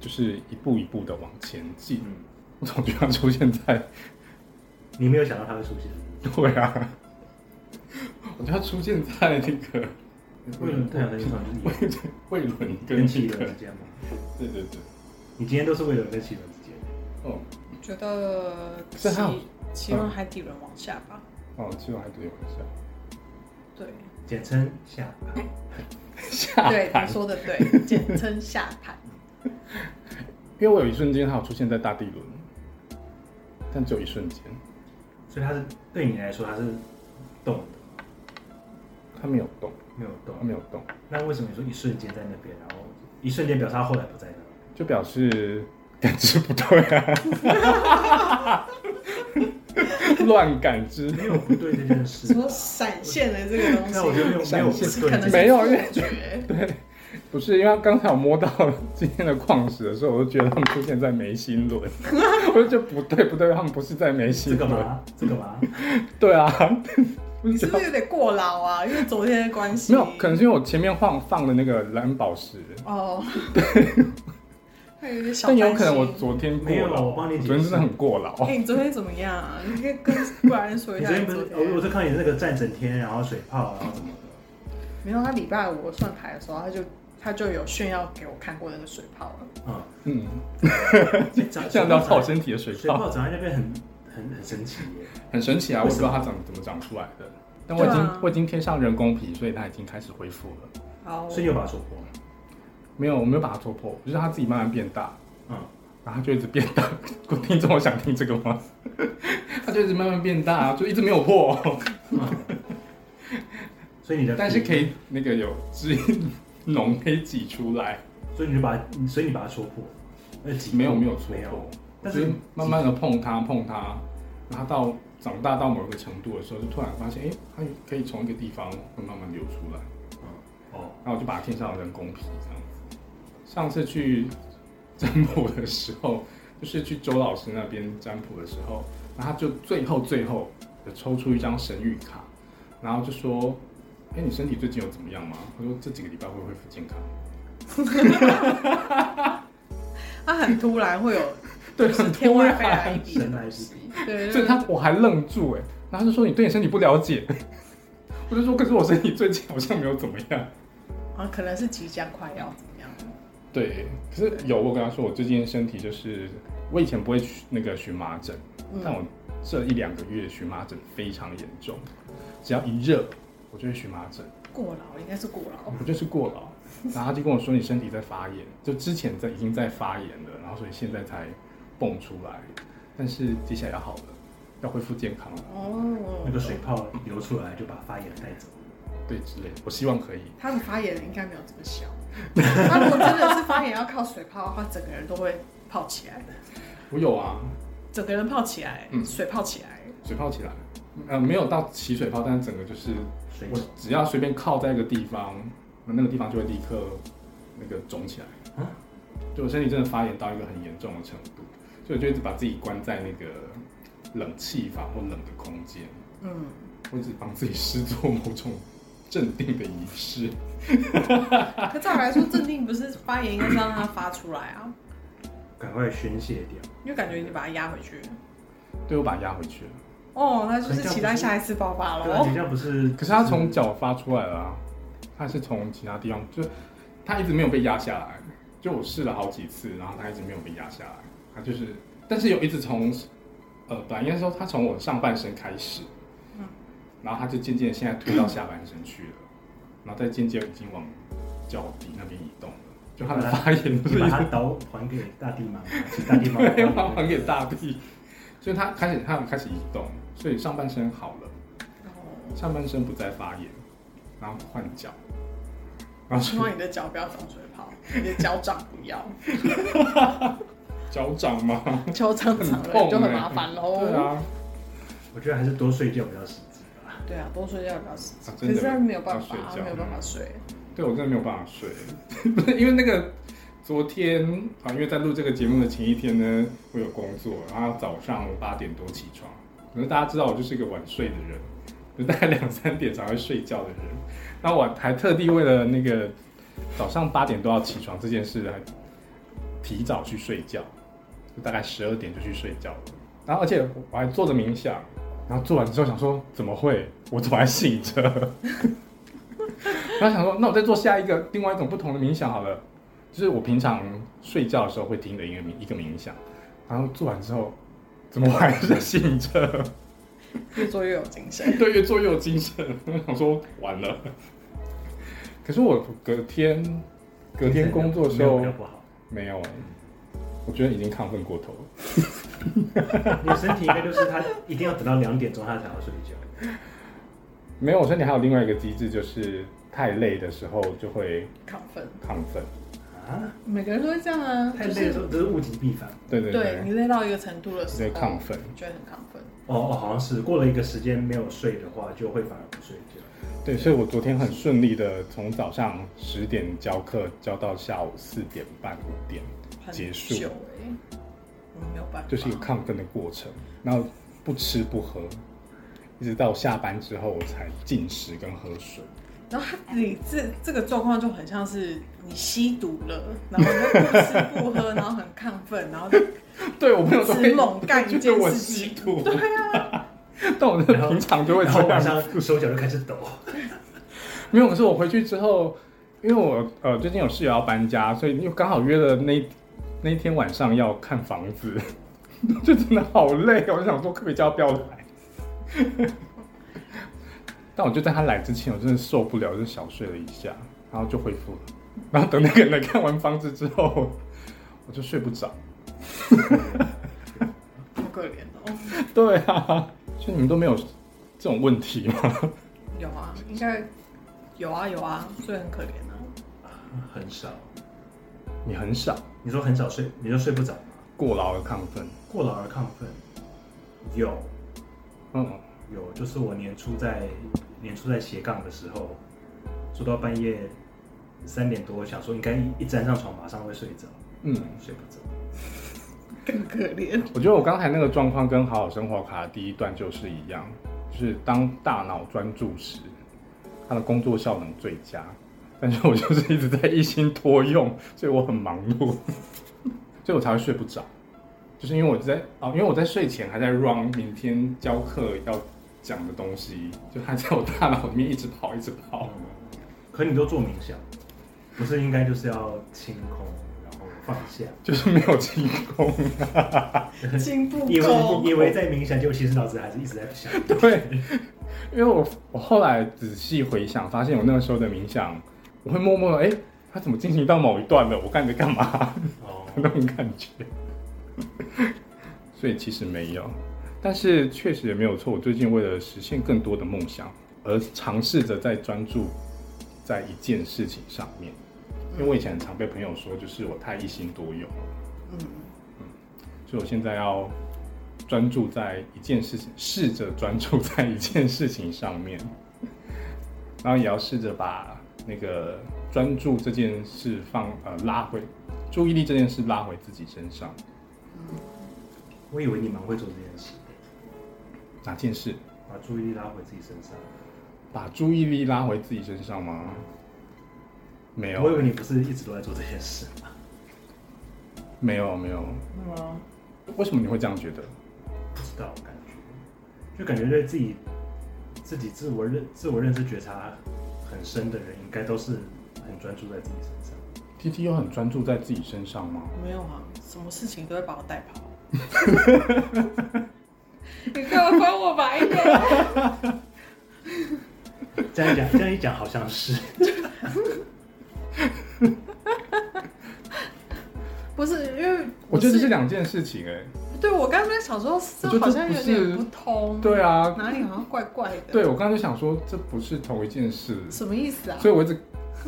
Speaker 1: 就是一步一步的往前进。
Speaker 3: 嗯，
Speaker 1: 我总觉得它出现在，
Speaker 3: 你没有想到他会出现。
Speaker 1: 对啊，我觉得它出现在那个
Speaker 3: 为什么太阳的影响就是
Speaker 1: 魏伦
Speaker 3: 你
Speaker 1: 跟
Speaker 3: 跟
Speaker 1: 那
Speaker 3: 气轮
Speaker 1: 个
Speaker 3: 之，间吗？
Speaker 1: 对对对，
Speaker 3: 你今天都是为了跟气轮之间。
Speaker 1: 哦
Speaker 4: 觉得
Speaker 1: 是
Speaker 4: 奇
Speaker 1: 它
Speaker 4: 奇轮海底轮往下吧。
Speaker 1: 哦，其实我还可以玩一下。
Speaker 4: 对
Speaker 3: 简称下盘，
Speaker 1: 下
Speaker 4: 对，
Speaker 1: 盘
Speaker 4: 你，说的对，简称下 盘。
Speaker 1: 因为我有一瞬间它有出现在大地轮，但只有一瞬间，
Speaker 3: 所以它是对你来说它是动的，
Speaker 1: 它没有动，
Speaker 3: 没有
Speaker 1: 它
Speaker 3: 动。
Speaker 1: 没有动，
Speaker 3: 那为什么你说一瞬间在那边，然后一瞬间表示它后来不在那？
Speaker 1: 就表示感知不对啊， 乱感知，
Speaker 3: 没有不对这件事
Speaker 4: 什。么闪现的这个东
Speaker 3: 那我觉得没
Speaker 4: 西，
Speaker 1: 闪
Speaker 3: 有没有
Speaker 1: 现
Speaker 3: 不
Speaker 4: 可能
Speaker 3: 对
Speaker 4: 是
Speaker 1: 没有因为
Speaker 4: 错觉。
Speaker 1: 不是因为刚才我摸到今天的矿石的时候，我就觉得他们出现在眉心轮，我就觉得不对不对，他们不是在眉
Speaker 3: 这
Speaker 1: 心
Speaker 3: 个
Speaker 1: 轮，
Speaker 3: 吗？这个吗？
Speaker 1: 对啊，我就
Speaker 4: 你
Speaker 1: 觉得
Speaker 4: 是不是有点过劳啊？因为昨天的关系，
Speaker 1: 没有，可能是因为我前面放放的那个蓝宝石，
Speaker 4: 哦， 对，会有点小
Speaker 1: 但
Speaker 4: 担心。
Speaker 1: 有可能我昨天过
Speaker 3: 没有
Speaker 1: 劳，
Speaker 3: 我帮你解释
Speaker 1: 昨天真的很过劳。
Speaker 4: 哎、你昨天怎么样啊？你可以跟过来人说一
Speaker 3: 你
Speaker 4: 下
Speaker 3: 昨天
Speaker 4: 你
Speaker 3: 不
Speaker 4: 昨
Speaker 3: 是
Speaker 4: 天。
Speaker 3: 我我是看你那个站整天，然后水泡，然后怎么的？
Speaker 4: 没有，他礼拜五我算牌的时候，他就他就有炫耀给我看过那个水泡了。
Speaker 3: 嗯，
Speaker 1: 嗯，
Speaker 3: 这样
Speaker 1: 这样到靠身体的水
Speaker 3: 水
Speaker 1: 泡，
Speaker 3: 泡长在那边很很很神奇耶。
Speaker 1: 很神奇啊！我
Speaker 3: 为
Speaker 1: 也不
Speaker 3: 什
Speaker 1: 知
Speaker 3: 么
Speaker 1: 道它长怎么长出来的，但我已经、
Speaker 4: 对啊
Speaker 1: 我已经贴上人工皮，所以它已经开始恢复了。
Speaker 4: 好，
Speaker 3: 所以你有把它戳破吗？
Speaker 1: 没有，我没有把它戳破，就是它自己慢慢变大，
Speaker 3: 嗯，
Speaker 1: 然后它就一直变大。 听众想听这个吗？ 它就一直慢慢变大，就一直没有破、
Speaker 3: 所以你的
Speaker 1: 但是可
Speaker 3: 以，
Speaker 1: 以那个有汁脓可以挤出来，
Speaker 3: 所以你就把它，所以你把它戳破，呃，挤
Speaker 1: 没有没有戳
Speaker 3: 没有
Speaker 1: 破，，
Speaker 3: 但
Speaker 1: 就是是慢慢的碰它碰它，然后到长大到某一个程度的时候，就突然发现，哎、它可以从一个地方会慢慢流出来。
Speaker 3: 哦，
Speaker 1: 然后我就把它贴上了人工皮这样子。上次去占卜的时候，就是去周老师那边占卜的时候，然后他就最后最后有抽出一张神谕卡，然后就说：“哎，你身体最近有怎么样吗？”我说：“这几个礼拜会恢复健康。
Speaker 4: 他很突然会有，”
Speaker 1: 对，
Speaker 4: 就是
Speaker 1: 很
Speaker 4: 天
Speaker 1: 突
Speaker 4: 外飞来一
Speaker 1: 然，
Speaker 4: 笔的
Speaker 3: 神
Speaker 4: 东
Speaker 3: 来之
Speaker 4: 西
Speaker 3: 笔。。
Speaker 4: 对，
Speaker 1: 所以
Speaker 4: 对
Speaker 1: 他我还愣住哎、然后他就说：“你对你身体不了解。” 我就说：“可是我身体最近好像没有怎么样。”
Speaker 4: 啊，可能是即将快要怎么样？
Speaker 1: 对，可是有我跟他说，我最近身体就是我以前不会荨那个荨麻疹，但我这一两个月荨麻疹非常严重，只要一热我就会荨麻疹，
Speaker 4: 过劳应该是过劳，
Speaker 1: 我就是过劳。然后他就跟我说你身体在发炎，就之前在已经在发炎了，然后所以现在才蹦出来，但是接下来要好了，要恢复健康了，
Speaker 4: 哦
Speaker 3: 那个水泡流出来就把发炎带走。
Speaker 1: 对之类的，我希望可以。
Speaker 4: 他的发炎应该没有这么小。他如果真的是发炎要靠水泡的话，整个人都会泡起来，
Speaker 1: 我有啊，
Speaker 4: 整个人泡起来，
Speaker 1: 嗯
Speaker 4: 水泡起来。
Speaker 1: 水泡起来，呃，没有到起水泡，但是整个就是
Speaker 3: 水
Speaker 1: 我
Speaker 4: 哦
Speaker 3: 肿。
Speaker 1: 只要随便靠在一个地方，那个地方就会立刻那个肿起来。
Speaker 3: 啊
Speaker 1: 就我身体真的发炎到一个很严重的程度，所以我就一直把自己关在那个冷气房或冷的空间，
Speaker 4: 嗯，
Speaker 1: 我一直帮自己施做某种镇定的仪式。
Speaker 4: 可照来说，镇定不是发炎，应该是让它发出来啊，
Speaker 3: 赶快宣泄掉。
Speaker 4: 因为感觉你把它压回去。
Speaker 1: 对我把它压回去了，
Speaker 4: 哦，那就是期待下一次爆发
Speaker 3: 对啊，
Speaker 4: 了。
Speaker 3: 你这样不是？
Speaker 1: 可是它从脚发出来了、啊，它是从其他地方，就它一直没有被压下来。就我试了好几次，然后它一直没有被压下来，它就是，但是有一直从，呃，本来应该说它从我上半身开始，
Speaker 4: 嗯
Speaker 1: 然后它就渐渐现在推到下半身去了，然后再渐渐已经往脚底那边移动了，就它的发炎就是
Speaker 3: 你把它刀还给大地妈妈，请大地妈
Speaker 1: 对，要
Speaker 3: 妈
Speaker 1: 还 给大地，所以它开始它有开始移动，所以上半身好了。
Speaker 4: 哦
Speaker 1: 上半身不再发炎，然后换脚，然后
Speaker 4: 希望你的脚不要长水泡，你的脚掌不 要，
Speaker 1: 脚掌吗？
Speaker 4: 脚掌长
Speaker 1: 很
Speaker 4: 了
Speaker 1: 痛
Speaker 4: 就很
Speaker 1: 欸
Speaker 4: 麻烦喽。
Speaker 1: 对啊，
Speaker 3: 我觉得还是多睡觉比较实际吧。
Speaker 4: 对啊，多睡觉比较实际
Speaker 1: 啊。
Speaker 4: 可
Speaker 1: 真的
Speaker 4: 是他没有办法
Speaker 1: 要
Speaker 4: 啊，
Speaker 1: 睡觉
Speaker 4: 没有办法睡。
Speaker 1: 对我真的没有办法睡， 不是因为那个昨天啊，因为在录这个节目的前一天呢，我有工作，然后早上八点多起床，可是大家知道我就是一个晚睡的人，就大概两三点才会睡觉的人，那我还特地为了那个早上八点多要起床这件事，还提早去睡觉，就大概十二点就去睡觉了。然后而且我还做着冥想，然后做完之后想说怎么会，我怎么还醒着？然后想说那我再做下一个另外一种不同的冥想好了，就是我平常睡觉的时候会听的一个冥一个冥想，然后做完之后怎么我还是醒着？
Speaker 4: 越做越有精 神。
Speaker 1: 对，越做越有精神。我想说完了，可是我隔天隔天工作的时候
Speaker 3: 没有比较不好，
Speaker 1: 没有、欸，我觉得已经亢奋过头了。
Speaker 3: 你的身体应该就是它一定要等到两点钟它才要睡觉。
Speaker 1: 没有，我身体还有另外一个机制，就是太累的时候就会
Speaker 4: 亢奋，
Speaker 1: 亢奋。
Speaker 3: 啊，
Speaker 4: 每个人都会这样啊，
Speaker 3: 太
Speaker 4: 就
Speaker 3: 累的时
Speaker 4: 是
Speaker 3: 候，这是物极必反。
Speaker 1: 对对
Speaker 4: 对你累到一个程度的
Speaker 1: 就
Speaker 4: 时
Speaker 1: 会
Speaker 4: 候，
Speaker 1: 亢奋。
Speaker 4: 你就会很亢奋。
Speaker 3: 哦哦，好像是过了一个时间没有睡的话，就会反而不睡觉。
Speaker 1: 对，所以我昨天很顺利的从早上十点教课教到下午四点半五点，
Speaker 4: 很
Speaker 1: 结束
Speaker 4: 久哎、我没有办法，
Speaker 1: 就是一个亢奋的过程。然后不吃不喝，一直到下班之后我才进食跟喝水。
Speaker 4: 然后他你这这个状况就很像是你吸毒了，然后你又不吃不喝，然后很亢奋，然后
Speaker 1: 对我朋友都
Speaker 4: 只
Speaker 1: 会
Speaker 4: 猛干一
Speaker 1: 觉
Speaker 4: 件
Speaker 1: 得我
Speaker 4: 事
Speaker 1: 吸
Speaker 4: 情。
Speaker 1: 毒，
Speaker 4: 对啊，
Speaker 1: 但我真的平常就会
Speaker 3: 然
Speaker 1: 这
Speaker 3: 后晚
Speaker 1: 样。
Speaker 3: 上手脚就开始抖。
Speaker 1: 没有，可是我回去之后，因为我呃最近有室友要搬家，所以又刚好约了那一那一天晚上要看房子， 就真的好累哦。我就想说，可不可以叫他不要来？ 但我就在他来之前，我真的受不了，就小睡了一下，然后就恢复了。然后等那个人来看完房子之后，我就睡不着。
Speaker 4: 好可怜哦。
Speaker 1: 对啊，就你们都没有这种问题吗？
Speaker 4: 有啊，应该有啊有啊，所以很可怜啊。
Speaker 3: 很少，
Speaker 1: 你很少
Speaker 3: 你说很少睡，你说睡不着吗？
Speaker 1: 过劳而亢奋，
Speaker 3: 过劳而亢奋，有
Speaker 1: 嗯，
Speaker 3: 有，就是我年初在年初在斜杠的时候，做到半夜三点多，想说应该一一沾上床马上会睡着，
Speaker 1: 嗯。
Speaker 3: 睡不着。
Speaker 4: 更可 怜，
Speaker 1: 我觉得我刚才那个状况跟《好好生活卡》第一段就是一样，就是当大脑专注时，它的工作效能最佳。但是我就是一直在一心多用，所以我很忙碌， 所以我才会睡不着。就是因为我在哦，因为我在睡前还在 run 明天教课要讲的东西，就还在我大脑里面一直跑，一直跑。
Speaker 3: 嗯可你都做冥想，不是应该就是要清空，然后放下？
Speaker 1: 就是没有清空，
Speaker 4: 进步
Speaker 3: 以
Speaker 4: 够
Speaker 3: 为。以为在冥想，结果其实脑子还是一直在想。
Speaker 1: 对，因为我我后来仔细回想，发现我那个时候的冥想，我会默默的，哎、他怎么进行到某一段了？我干着干嘛？
Speaker 3: 哦，
Speaker 1: 那种感觉。所以其实没有，但是确实也没有错。我最近为了实现更多的梦想，而尝试着在专注在一件事情上面。因为我以前很常被朋友说，就是我太一心多用了，
Speaker 4: 嗯，
Speaker 1: 所以我现在要专注在一件事情，试着专注在一件事情上面，然后也要试着把那个专注这件事放呃拉回注意力这件事拉回自己身上。
Speaker 3: 我以为你蛮会做这件事，
Speaker 1: 哪件事？
Speaker 3: 把注意力拉回自己身上。
Speaker 1: 把注意力拉回自己身上吗？没
Speaker 3: 我以为
Speaker 1: 有，
Speaker 3: 你不是一直都在做这件事。
Speaker 1: 没有，没有。
Speaker 4: 嗯，
Speaker 1: 为什么你会这样觉得？
Speaker 3: 不知道，感觉就感觉对自己自己自我认自我认知觉察很深的人，应该都是很专注在自己身上。
Speaker 1: T T 有很专注在自己身上吗？
Speaker 4: 没有啊，什么事情都会把我带跑。你干嘛关我白眼？
Speaker 3: 这样一讲，这样一讲好像是
Speaker 4: 不是因为
Speaker 1: 我觉得这
Speaker 4: 不
Speaker 1: 是两件事情哎、
Speaker 4: 对我刚才想说，这
Speaker 1: 我觉得
Speaker 4: 好像
Speaker 1: 这
Speaker 4: 有
Speaker 1: 不是
Speaker 4: 点不通，
Speaker 1: 对啊，
Speaker 4: 哪里好像怪怪的，
Speaker 1: 对，我刚刚就想说这不是同一件事，
Speaker 4: 什么意思啊？
Speaker 1: 所以我一直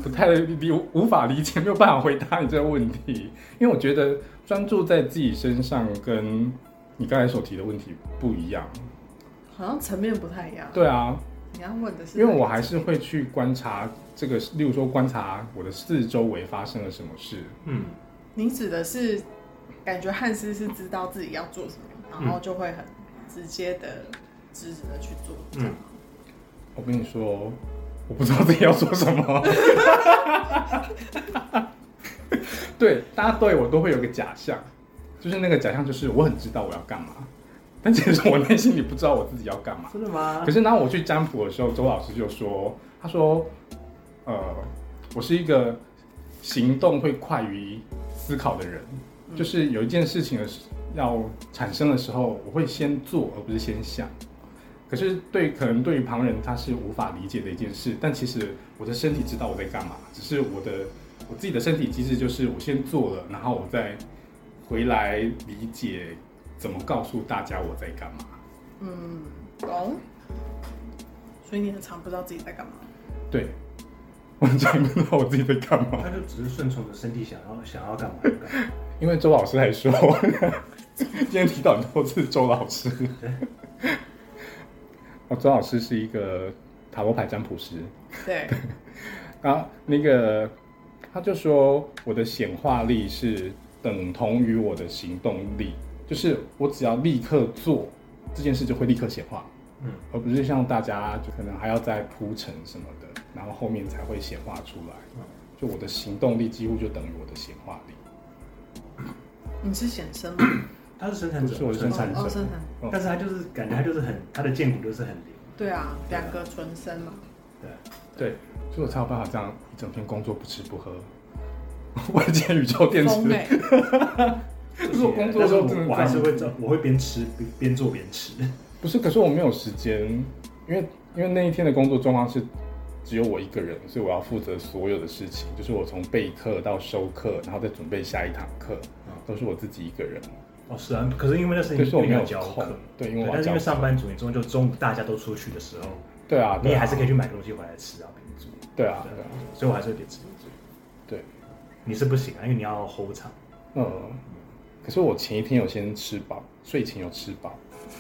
Speaker 1: 不太理无法理解，没有办法回答你这个问题，因为我觉得专注在自己身上跟你刚才所提的问题不一样。
Speaker 4: 好像层面不太一样。
Speaker 1: 对啊，
Speaker 4: 你要问的是，
Speaker 1: 因为我还是会去观察这个，例如说观察我的四周围发生了什么事，
Speaker 3: 嗯，
Speaker 4: 你指的是感觉汉斯是知道自己要做什么，然后就会很直接的、直直的去做。
Speaker 1: 嗯
Speaker 4: 这样
Speaker 1: 我跟你说，我不知道自己要说什么。对，大家对我都会有个假象，就是那个假象就是我很知道我要干嘛，但其实我内心里不知道我自己要干嘛。
Speaker 3: 真的吗
Speaker 1: 可？是当我去占卜的时候，周老师就说，他说，呃，我是一个行动会快于思考的人，
Speaker 4: 嗯
Speaker 1: 就是有一件事情的时要产生的时候，我会先做而不是先想。可是对可能对于旁人他是无法理解的一件事，但其实我的身体知道我在干嘛，只是我的我自己的身体机制就是我先做了，然后我再回来理解怎么告诉大家我在干嘛。
Speaker 4: 嗯，懂。所以你很常不知道自己在干嘛。
Speaker 1: 对， 我很常不知道我自己在干嘛。
Speaker 3: 他就只是顺从着身体想要想要干嘛就干嘛。
Speaker 1: 因为周老师还说， 今天提到很多次周老师。哦，周老师是一个塔罗牌占卜师，
Speaker 4: 对，
Speaker 1: 然后那个他就说我的显化力是等同于我的行动力，就是我只要立刻做这件事就会立刻显化，
Speaker 3: 嗯，
Speaker 1: 而不是像大家就可能还要再铺陈什么的，然后后面才会显化出来
Speaker 3: 嗯。
Speaker 1: 就我的行动力几乎就等于我的显化力。
Speaker 4: 你是显身吗？
Speaker 3: 他是生产者，
Speaker 1: 不是我是生产者
Speaker 4: 哦，生产。
Speaker 1: 哦
Speaker 3: 但是他就是感觉他就是很他的剑骨就是很灵，
Speaker 4: 对啊，两个纯生嘛。
Speaker 3: 对，
Speaker 1: 对，所以我才有办法这样一整天工作不吃不喝， 外接宇宙啊电
Speaker 4: 疯
Speaker 1: 池。
Speaker 4: 欸
Speaker 1: 可是我工作的
Speaker 3: 但是
Speaker 1: 时候
Speaker 3: 我
Speaker 1: 真的
Speaker 3: 我还是
Speaker 1: 这
Speaker 3: 会
Speaker 1: 样
Speaker 3: 做，我会边吃边边做边吃。
Speaker 1: 不是，可是我没有时间，因为因为那一天的工作状况是只有我一个人，所以我要负责所有的事情，就是我从备课到收课，然后再准备下一堂课
Speaker 3: 嗯，
Speaker 1: 都是我自己一个人。
Speaker 3: 哦，是啊，可是因为那是
Speaker 1: 对，
Speaker 3: 你
Speaker 1: 所以我没有
Speaker 3: 要教
Speaker 1: 空
Speaker 3: 课，。
Speaker 1: 对，因为
Speaker 3: 对，
Speaker 1: 我要
Speaker 3: 但是
Speaker 1: 教
Speaker 3: 因为。上班族，你终究中午大家都出去的时候，
Speaker 1: 对啊，
Speaker 3: 你也还是可
Speaker 1: 以。
Speaker 3: 以去买东西回来吃啊，边做。
Speaker 1: 对啊，对啊，
Speaker 3: 所以我还是会点吃点醉。
Speaker 1: 对，
Speaker 3: 你是不行啊，因为你要 hold 场。
Speaker 1: 嗯。可是我前一天有先吃饱，睡前有吃饱，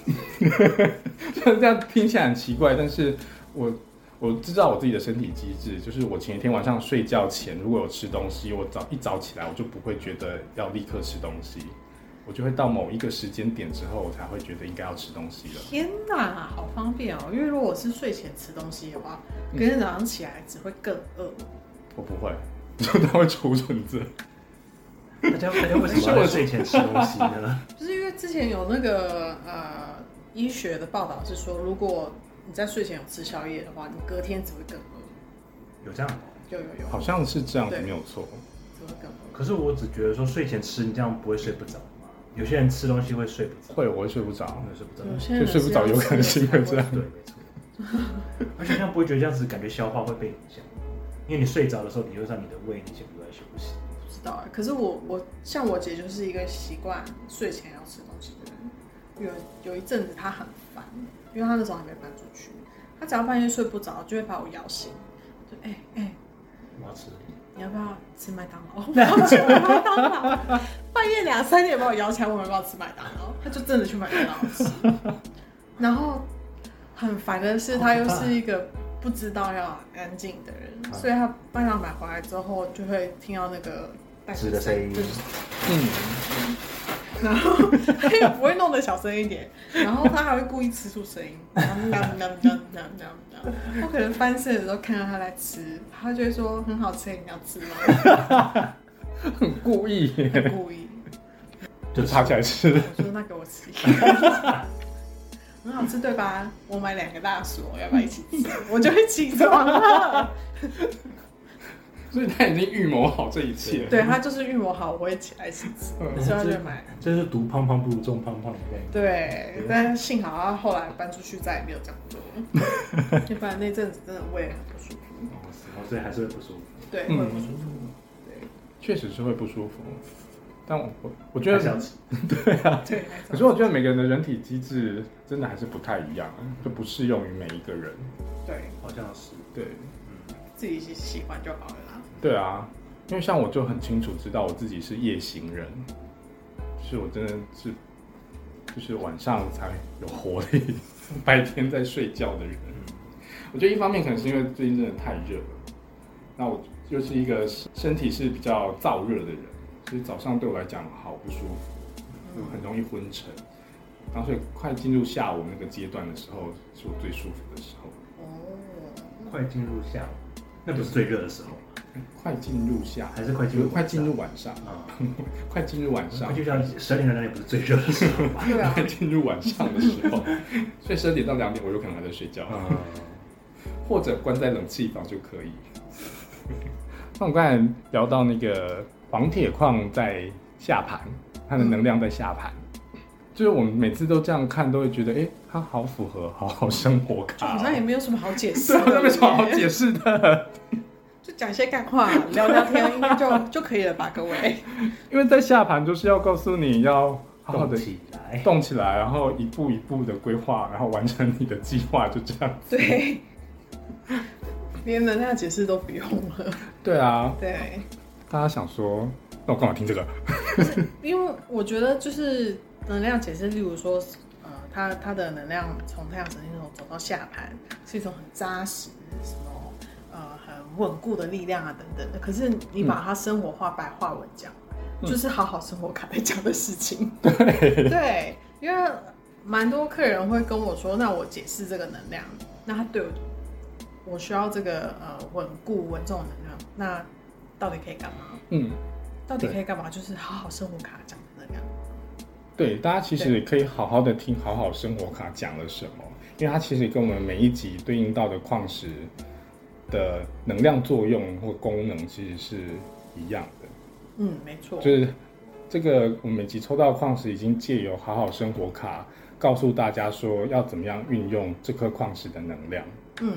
Speaker 1: 虽然这样听起来很奇怪，但是我我知道我自己的身体机制，就是我前一天晚上睡觉前如果有吃东西，我早一早起来我就不会觉得要立刻吃东西，我就会到某一个时间点之后，我才会觉得应该要吃东西了。
Speaker 4: 天哪，好方便哦！因为如果我是睡前吃东西的话，
Speaker 1: 嗯
Speaker 4: 隔天早上起来只会更饿。
Speaker 1: 我不会， 就它会储存着。
Speaker 3: 大家大家为什么 要在睡前吃东西呢？
Speaker 4: 就是因为之前有那个呃医学的报道是说，如果你在睡前有吃宵夜的话，你隔天只会更饿。
Speaker 3: 有这样吗？
Speaker 4: 有有有，
Speaker 1: 好像是这样子，
Speaker 4: 对
Speaker 1: 没有错。
Speaker 4: 只会更饿。
Speaker 3: 可是我只觉得说睡前吃，你这样不会睡不着吗？有些人吃东西会睡不着，
Speaker 1: 会，我会睡不着
Speaker 3: 我。也睡不着。
Speaker 4: 有些人
Speaker 1: 嗯就睡不着有可能是因为这样
Speaker 3: 对，没 错。而且这样不会觉得这样子感觉消化会被影响，因为你睡着的时候，理论上你的胃你全部都在休息。
Speaker 4: 不知道哎、可是我我像我姐就是一个习惯睡前要吃东西的人，有有一阵子她很烦，因为她那时候还没搬出去，她只要半夜睡不着就会把我摇醒，就哎哎、
Speaker 3: 我要吃，
Speaker 4: 你要不要吃麦当劳？ 我要去买麦当劳，半夜两三点把我摇起来，问我要不要吃麦当劳，他就真的去麦当劳吃。然后很烦的是，他又是一个不知道要安静的人，
Speaker 3: 啊
Speaker 4: 所以他麦当劳买回来之后，就会听到那个袋
Speaker 3: 吃的声音
Speaker 4: 就是
Speaker 1: 嗯，
Speaker 4: 然后他也不会弄得小声一点，然后他还会故意吃 出声音，我可能翻身的时候看到他在吃，他就会说很好吃，你要吃 吗？
Speaker 1: 很故意 耶，
Speaker 4: 很故意，
Speaker 1: 就爬起来吃
Speaker 4: 我。说那给我吃一个， 很好吃对吧？我买两个大薯，要不要一起吃？我就会起 床了。
Speaker 1: 所以他已经预谋好这一切。
Speaker 4: 对他就是预谋好，我会起来一起吃，
Speaker 1: 嗯
Speaker 4: 所以他就买。
Speaker 3: 这是毒胖胖不如众胖胖的概念。
Speaker 4: 对，但幸好他后来搬出去，再也没有这样做， 要不然那阵子真的胃很不舒服。
Speaker 3: 哦，所以还是会不舒服。
Speaker 4: 对，会
Speaker 1: 嗯
Speaker 4: 不舒服。
Speaker 1: 确实是会不舒服。但我我我觉得，
Speaker 3: 想吃，
Speaker 4: 对，
Speaker 1: 可是我觉得每个人的人体机制真的还是不太一样，就不适用于每一个人。
Speaker 4: 对
Speaker 3: 好像是，
Speaker 1: 对
Speaker 4: 自己喜欢就好了啦。
Speaker 1: 对啊，因为像我就很清楚知道我自己是夜行人，就是我真的是就是晚上才有活力，白天在睡觉的人。我觉得一方面可能是因为最近真的太热了，那我又是一个身体是比较燥热的人，所以早上对我来讲好不舒服。就很容易昏沉。然后所以快进入下午那个阶段的时候，是我最舒服的时候。
Speaker 4: 哦，
Speaker 3: 快进入下午，那不是最热的时候吗，
Speaker 1: 快进入下，
Speaker 3: 还是快进
Speaker 1: 就
Speaker 3: 入
Speaker 1: 是快进入晚上，
Speaker 3: 啊？
Speaker 1: 快进入晚上
Speaker 3: 快，就像十二点到两点不是最热的时候吗？
Speaker 4: 对啊
Speaker 1: 快，进入晚上的时 候，所以十二点到两点我有可能还在睡觉，
Speaker 3: 嗯，
Speaker 1: 或者关在冷气房就可以。 那我们刚才聊到那个黄铁矿在下盘，它的能量在下盘，就是我们每次都这样看，都会觉得，哎，它好符合好好生活
Speaker 4: 就
Speaker 1: 卡
Speaker 4: 好
Speaker 1: 哦、
Speaker 4: 像也没有什么好解释
Speaker 1: 对，啊
Speaker 4: 的，
Speaker 1: 好 像没什么好
Speaker 4: 对
Speaker 1: 解释的。
Speaker 4: 就讲一些干话，聊聊天，应该就就可以了吧，各位。
Speaker 1: 因为在下盘就是要告诉你要好好
Speaker 3: 动
Speaker 1: 的
Speaker 3: 起来，
Speaker 1: 动起来，然后一步一步的规划，然后完成你的计划，就这样。
Speaker 4: 对， 连能量解释都不用了。
Speaker 1: 对啊，
Speaker 4: 对，
Speaker 1: 大家想说，那我干嘛听这个？
Speaker 4: 因为我觉得就是能量解释，例如说，呃，它它的能量从太阳神经丛走到下盘，是一种很扎实、什么呃很稳固的力量啊等等的。可是你把它生活化、白话文讲，
Speaker 1: 嗯
Speaker 4: 就是好好生活卡在讲的事情。对，因为蛮多客人会跟我说，那我解释这个能量，那他对我，我需要这个呃稳固稳重的能量，那到底可以干嘛？
Speaker 1: 嗯，
Speaker 4: 到底可以干嘛？就是好好生活卡讲的能量。
Speaker 1: 对，大家其实也可以好好的听《好好生活卡》讲了什么，因为它其实跟我们每一集对应到的矿石的能量作用或功能其实是一样的。
Speaker 4: 嗯，没错。
Speaker 1: 就是这个我们每集抽到的矿石已经借由好好生活卡告诉大家说要怎么样运用这颗矿石的能量。
Speaker 4: 嗯，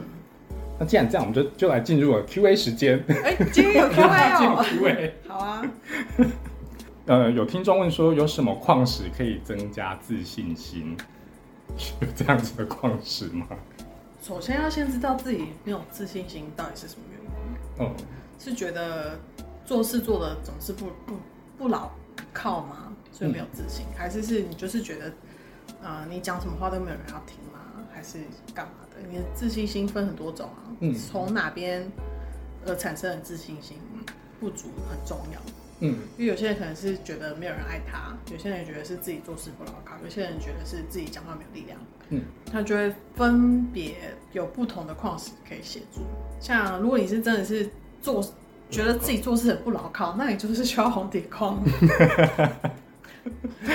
Speaker 1: 那既然这样，我们就就来进入了 Q&A 时间。
Speaker 4: 哎、今天有 Q
Speaker 1: 进
Speaker 4: A
Speaker 1: 入
Speaker 4: 哦。
Speaker 1: Q&A。
Speaker 4: 好啊，
Speaker 1: 呃，有听众问说，有什么矿石可以增加自信心？ 有这样子的矿石吗？
Speaker 4: 首先要先知道自己没有自信心到底是什么原因，
Speaker 1: 哦，
Speaker 4: 是觉得做事做的总是不不不牢靠吗？所以没有自信，还是是你就是觉得，呃，你讲什么话都没有人要听吗？还是干嘛的？你的自信心分很多种啊，
Speaker 1: 嗯
Speaker 4: 从哪边而产生的自信心不足很重要。
Speaker 1: 嗯
Speaker 4: 因为有些人可能是觉得没有人爱他，有些人觉得是自己做事不牢靠，有些人觉得是自己讲话没有力量，
Speaker 1: 嗯，
Speaker 4: 他就会分别有不同的矿石可以协助。像如果你是真的是做觉得自己做事很不牢靠，那你就是需要红底框，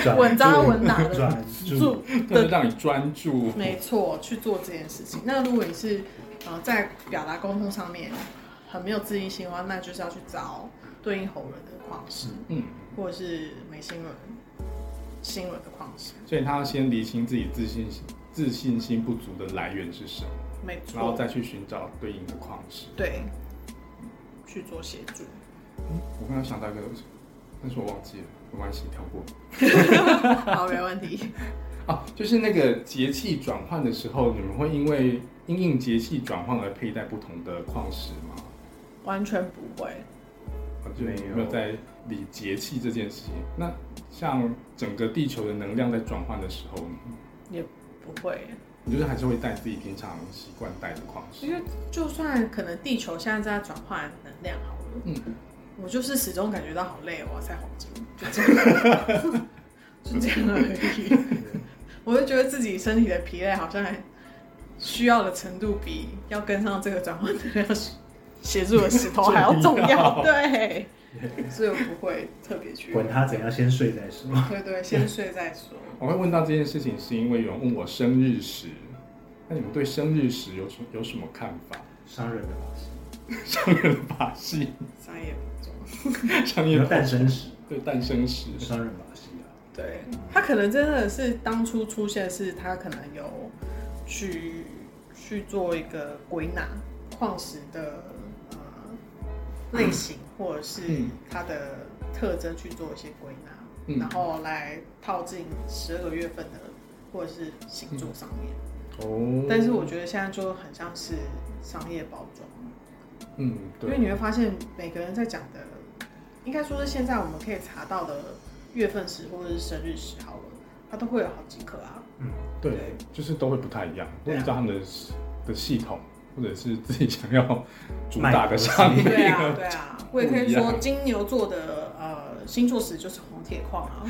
Speaker 3: 转
Speaker 4: 稳扎稳打
Speaker 3: 注
Speaker 4: 的
Speaker 3: 转注
Speaker 4: 做，
Speaker 1: 就是让你专注。
Speaker 4: 没错，去做这件事情。那如果你是呃在表达沟通上面很没有自信心的话，那就是要去找对应喉轮的矿石，
Speaker 1: 嗯，
Speaker 4: 或者是眉心轮、心轮的矿石。
Speaker 1: 所以他要先厘清自己自信心、自信心不足的来源是什么，
Speaker 4: 没
Speaker 1: 然后
Speaker 4: 错，
Speaker 1: 再去寻找对应的矿石。
Speaker 4: 对去做协助。
Speaker 1: 我刚刚想到一个，嗯但是我忘记了，没关系，跳过。
Speaker 4: 好，没问题。
Speaker 1: 啊，就是那个节气转换的时候，你们会因为因应节气转换而佩戴不同的矿石吗？
Speaker 4: 完全不会，
Speaker 1: 我就
Speaker 3: 没有
Speaker 1: 没有在理节气这件事情。那像整个地球的能量在转换的时候，
Speaker 2: 不会，
Speaker 1: 你就是还是会带自己平常习惯带的矿石
Speaker 4: 因。为就算可能地球现在在转换能量好了，
Speaker 1: 嗯
Speaker 4: 我就是始终感觉到好累哦，我要塞黄金，就这样，就这样而已。 我就觉得自己身体的疲累好像还需要的程度比要跟上这个转换能量协助的石头还要重
Speaker 1: 重
Speaker 4: 要，
Speaker 1: 要
Speaker 4: 对，所以我不会特别去。
Speaker 3: 管他怎样，先睡再说。
Speaker 4: 对对，先睡再说。
Speaker 1: 我会问到这件事情，是因为有人问我生日时，那你们对生日时有什有什么看法？
Speaker 3: 商人的老师，
Speaker 1: 商人的把戏，
Speaker 4: 商业不中。
Speaker 1: 商
Speaker 3: 你
Speaker 1: 业
Speaker 3: 要
Speaker 1: 的
Speaker 3: 诞生时，
Speaker 1: 对诞生时，
Speaker 3: 商人把戏啊，
Speaker 4: 对他可能真的是当初出现是他可能有去去做一个归纳矿石的呃类型，或者是
Speaker 1: 嗯
Speaker 4: 它的特征去做一些归纳，
Speaker 1: 嗯
Speaker 4: 然后来套进十二个月份的或者是星座上面。
Speaker 1: 哦
Speaker 4: 但是我觉得现在就很像是商业包装。
Speaker 1: 嗯，
Speaker 4: 因
Speaker 1: 对
Speaker 4: 为，你会发现每个人在讲的，应该说是现在我们可以查到的月份时或者是生日时好了，它都会有好几个啊。
Speaker 1: 对，就是都会不太一样，我也不知道他们的的系统，或者是自己想要主打的商品。
Speaker 4: 对啊，对啊，我也可以
Speaker 1: 不一
Speaker 4: 说
Speaker 1: 样
Speaker 4: 金牛座的呃星座时就是红铁矿啊，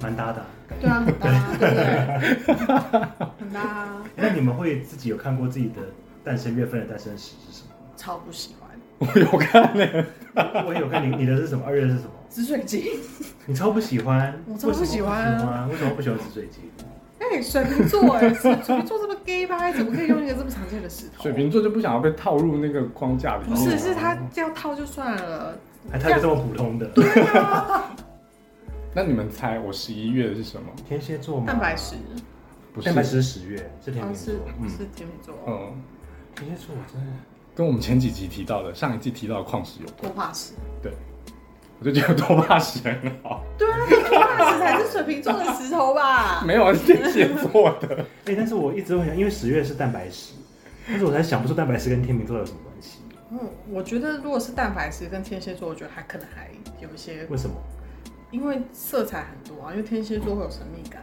Speaker 3: 蛮搭的啊。
Speaker 4: 对啊，很搭啊，对不对？很搭啊，
Speaker 3: 那你们会自己有看过自己的诞生月份的诞生时是什么吗？
Speaker 4: 超不喜欢
Speaker 1: 我有看嘞、
Speaker 3: 我我有看你你的是什么？二月是什么？
Speaker 4: 紫水晶。
Speaker 3: 你超不喜欢，
Speaker 4: 我超不喜欢啊
Speaker 3: 为什么不喜欢，为什么不喜欢紫水晶？
Speaker 4: 哎、水瓶座哎、水瓶座这么 gay 吧，怎么可以用一个这么常见的石头？
Speaker 1: 水瓶座就不想要被套入那个框架里
Speaker 4: 不
Speaker 1: 面。
Speaker 4: 是，是他这样套就算了，
Speaker 3: 还他就这么普通的
Speaker 1: 那你们猜我十一月是什么？
Speaker 3: 天蝎座吗？
Speaker 4: 蛋白石，
Speaker 1: 不是
Speaker 3: 蛋白，石是十月，是天
Speaker 4: 啊
Speaker 3: 秤
Speaker 4: 是
Speaker 3: 座。嗯，
Speaker 4: 是天秤座，
Speaker 1: 嗯，
Speaker 3: 天蝎座我真的
Speaker 1: 跟我们前几集提到的，上一季提到的矿石有关，
Speaker 4: 托帕石。
Speaker 1: 我就觉得多巴石很好。
Speaker 4: 对啊，那托马斯才是水瓶座的石头吧？
Speaker 1: 没有啊，是天蝎座 的，
Speaker 3: 哎、但是我一直会想，因为十月是蛋白石，但是我才想不出蛋白石跟天秤座有什么关系，
Speaker 4: 嗯，我觉得如果是蛋白石跟天蝎座，我觉得还可能还有一些，
Speaker 3: 为什么？
Speaker 4: 因为色彩很多啊，因为天蝎座会有神秘感。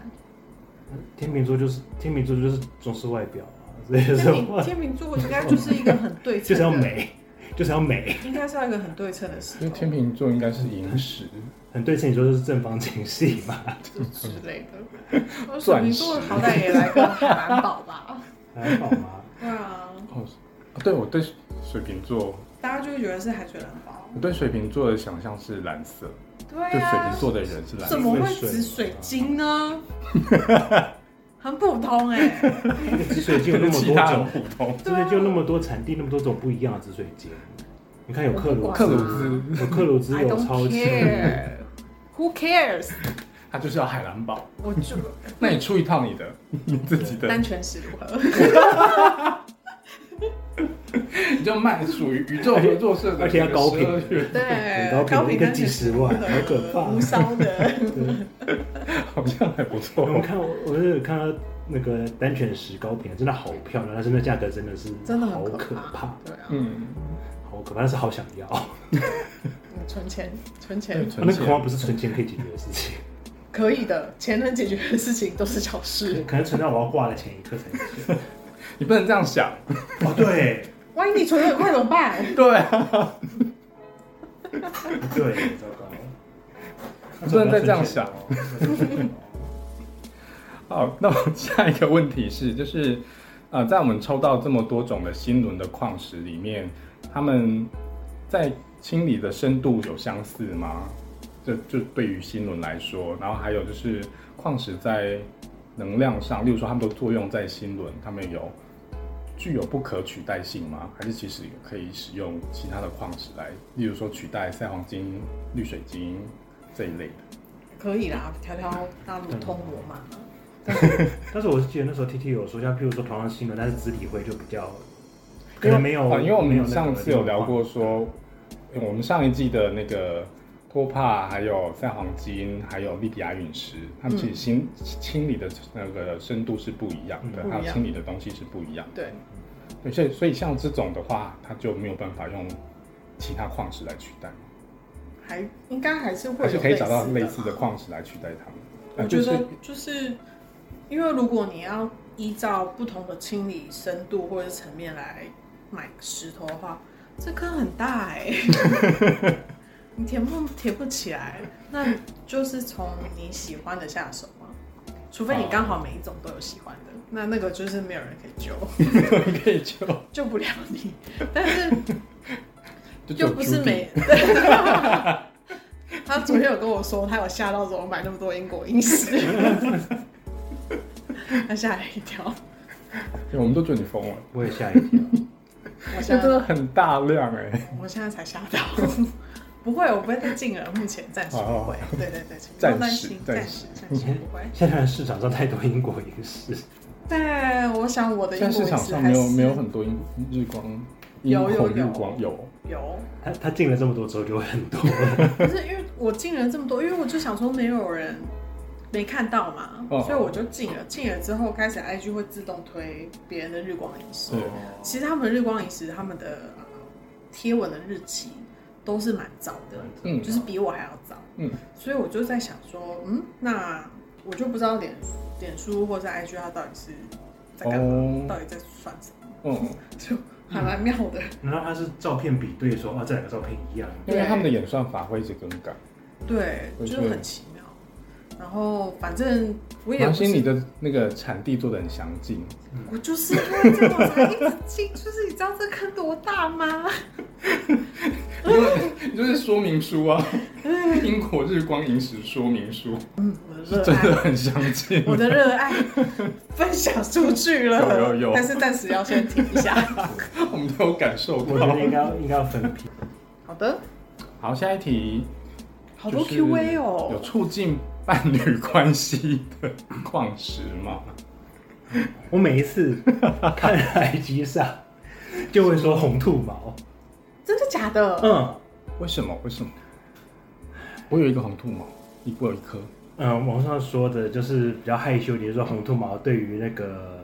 Speaker 3: 天秤座就是天秤座就是重视外表啊，所以
Speaker 4: 天
Speaker 3: 说
Speaker 4: 秤天秤座应该就是一个很 对
Speaker 3: 就
Speaker 4: 称
Speaker 3: 是要
Speaker 4: 的，
Speaker 3: 美，就是要美。
Speaker 4: 应该是要一个很对称的石
Speaker 1: 因为
Speaker 4: 头
Speaker 1: 天秤座应该是萤石，
Speaker 3: 很对称，你说就是正方形系嘛？
Speaker 4: 之类的。 我水瓶座好歹也来个海蓝宝吧？
Speaker 3: 还好 吗？
Speaker 4: 对啊，
Speaker 1: 哦，啊对我对水瓶座，
Speaker 4: 大家就会觉得是海水蓝宝。
Speaker 1: 我对水瓶座的想象是蓝色，
Speaker 4: 对
Speaker 1: 对水
Speaker 4: 啊
Speaker 1: 瓶，座的人是蓝色
Speaker 4: 怎。么会紫水 晶呢？很普通哎、
Speaker 3: 那个紫水晶有那么
Speaker 1: 其
Speaker 3: 多
Speaker 1: 他很
Speaker 3: 种，
Speaker 1: 普通，
Speaker 3: 紫水晶有那么多产地，那么多种不一样的紫水晶。你看有克
Speaker 4: 我
Speaker 3: 鲁
Speaker 4: 不
Speaker 1: 克
Speaker 4: 管
Speaker 1: 鲁
Speaker 3: 兹，
Speaker 1: 兹
Speaker 3: 有克鲁兹，
Speaker 4: I
Speaker 3: 有
Speaker 4: don't
Speaker 3: 超级，
Speaker 4: care. Who cares？
Speaker 1: 他就是要海蓝宝。
Speaker 4: 我就
Speaker 1: 那你出一套你的，你自己的，
Speaker 4: 单全是如 何？
Speaker 1: 你就卖属于宇宙合作社的，
Speaker 3: 而且要高频
Speaker 4: 对，
Speaker 3: 很高频一个
Speaker 4: 单纯
Speaker 3: 几十万
Speaker 4: 是如何
Speaker 3: 好可怕
Speaker 4: 无 烧的。
Speaker 1: 好像还不 错。
Speaker 3: 我看我我是有看到那个单犬石膏瓶，真的好漂亮，它真的价格真的是
Speaker 4: 真的
Speaker 3: 好
Speaker 4: 很
Speaker 3: 可怕，
Speaker 4: 对啊，
Speaker 1: 嗯，
Speaker 3: 好可怕，但是好想要。
Speaker 4: 嗯存钱，存钱
Speaker 1: 存
Speaker 3: 那
Speaker 1: 钱
Speaker 3: 恐怕不是存钱可以解决的事 情，
Speaker 4: 可以的，钱能解决的事情都是小事。
Speaker 3: 可能存到我要挂的前一刻才 行。
Speaker 1: 你不能这样想。
Speaker 3: 哦，对
Speaker 4: 万一你存的很快怎么办？
Speaker 1: 对啊，
Speaker 3: 对，糟糕，
Speaker 1: 不能再这样想
Speaker 3: 那怎么存钱哦。
Speaker 1: 好，那我下一个问题是，就是呃，在我们抽到这么多种的新轮的矿石里面，他们在清理的深度有相似吗？这就对于新轮来说，然后还有就是矿石在能量上，例如说它们都作用在新轮，它们有具有不可取代性吗？还是其实可以使用其他的矿石来，例如说取代赛黄金、绿水晶这一类的？
Speaker 4: 可以啦，条条大路通罗马。
Speaker 3: 但是我是记得那时候 T T 有说，像譬如说同样的新闻，但是肢体会就比较可能没有
Speaker 1: 啊，因为我
Speaker 3: 没有
Speaker 1: 们
Speaker 3: 那个
Speaker 1: 上次有聊过说，呃我们上一季的那个托帕，还有赛黄金，还有利比亚陨石，它们其实清清理的那个深度是不一样的，
Speaker 4: 嗯
Speaker 1: 还
Speaker 4: 不
Speaker 1: 有
Speaker 4: 一样
Speaker 1: 清理的东西是不一样的。
Speaker 4: 对，
Speaker 1: 对，所以所以像这种的话，它就没有办法用其他矿石来取代吗？
Speaker 4: 还应该还是会
Speaker 1: 还是
Speaker 4: 有
Speaker 1: 可以找到类
Speaker 4: 类
Speaker 1: 似
Speaker 4: 似的
Speaker 1: 的
Speaker 4: 吧
Speaker 1: 矿石来取代它们？
Speaker 4: 我
Speaker 1: 呃
Speaker 4: 觉
Speaker 1: 就是
Speaker 4: 得就是因为如果你要依照不同的清理深度或者层面来买石头的话，这坑很大哎、 你填不填不起来，那就是从你喜欢的下手嘛。除非你刚好每一种都有喜欢的，那那个就是没有人可以救，
Speaker 1: 可以就
Speaker 4: 救不了你。但是
Speaker 1: 就只
Speaker 4: 又
Speaker 1: 有
Speaker 4: 不是
Speaker 1: Judy
Speaker 4: 每。他昨天有跟我说，他有吓到，怎么买那么多英国英式？他吓了一跳。
Speaker 1: 我们都觉得你疯了，
Speaker 3: 我也吓一跳。
Speaker 1: 这
Speaker 4: 我现
Speaker 1: 真的
Speaker 4: 在，
Speaker 1: 很大量哎、
Speaker 4: 我现在才吓到。 不会，我不会再进了，目前暂时不会。对对对， 请不
Speaker 1: 哦暂
Speaker 4: 用担
Speaker 1: 时
Speaker 4: 心，
Speaker 1: 暂
Speaker 4: 暂
Speaker 1: 时嗯
Speaker 4: 时暂时不会。
Speaker 3: 现在市场上太多英国影视，
Speaker 4: 但我想我的
Speaker 1: 现
Speaker 4: 英
Speaker 1: 在市
Speaker 4: 国英
Speaker 1: 场
Speaker 4: 式
Speaker 1: 上
Speaker 4: 还
Speaker 1: 没有
Speaker 4: 是
Speaker 1: 没有很多英日光，英
Speaker 4: 有有哦
Speaker 1: 红日
Speaker 4: 有
Speaker 1: 光有，
Speaker 4: 有，
Speaker 3: 他他进了这么多之后就会很多。
Speaker 4: 不是因为我进了这么多，因为我就想说没有人没看到嘛，
Speaker 1: 哦
Speaker 4: 所以我就进了。进了之后，开始 IG 会自动推别人的日光饮食。
Speaker 1: 对，
Speaker 4: 其实他们的日光饮食，他们的呃贴文的日期都是蛮早的，
Speaker 1: 嗯
Speaker 4: 就是比我还要早。
Speaker 1: 嗯，
Speaker 4: 所以我就在想说，嗯，那我就不知道脸脸书或是 IG 它到底是在干嘛，
Speaker 1: 哦，
Speaker 4: 到底在算什么，
Speaker 1: 嗯，
Speaker 4: 就还蛮妙的。
Speaker 3: 然后他是照片比对说，哦，这两个照片 一样，
Speaker 1: 因为他们的演算法会一直更改。
Speaker 4: 对，
Speaker 1: 我
Speaker 4: 就
Speaker 1: 觉
Speaker 4: 是
Speaker 1: 得
Speaker 4: 很奇妙。然后反正我也
Speaker 1: 王
Speaker 4: 不
Speaker 1: 心，你
Speaker 4: 是，
Speaker 1: 的那个产地做的很详尽，
Speaker 4: 我就是因为这样我才一直进，就是你知道这坑多大吗？
Speaker 1: 你就是说明书 啊，英国日光饮食说明书，
Speaker 4: 嗯，我
Speaker 1: 是
Speaker 4: 的热
Speaker 1: 真
Speaker 4: 爱
Speaker 1: 的。很详 尽。
Speaker 4: 我的热爱分享出去了，
Speaker 1: 有有有
Speaker 4: 但是暂时要先停 一下。
Speaker 1: 我们都有感受
Speaker 3: 我觉
Speaker 1: 到
Speaker 3: 得。应该要应该要分批。
Speaker 4: 好的，
Speaker 1: 好，下一题，
Speaker 4: 好多
Speaker 1: 就是
Speaker 4: Q&A
Speaker 1: 有
Speaker 4: 哦，
Speaker 1: 促进伴侣关系的矿石吗？
Speaker 3: 我每一次看海机上就会说红兔毛，
Speaker 4: 真的假的？
Speaker 3: 嗯
Speaker 1: 为什么？为什么？我有一个红兔毛，你我有一颗，
Speaker 3: 嗯，网上说的就是比较害羞，比如说红兔毛对于那个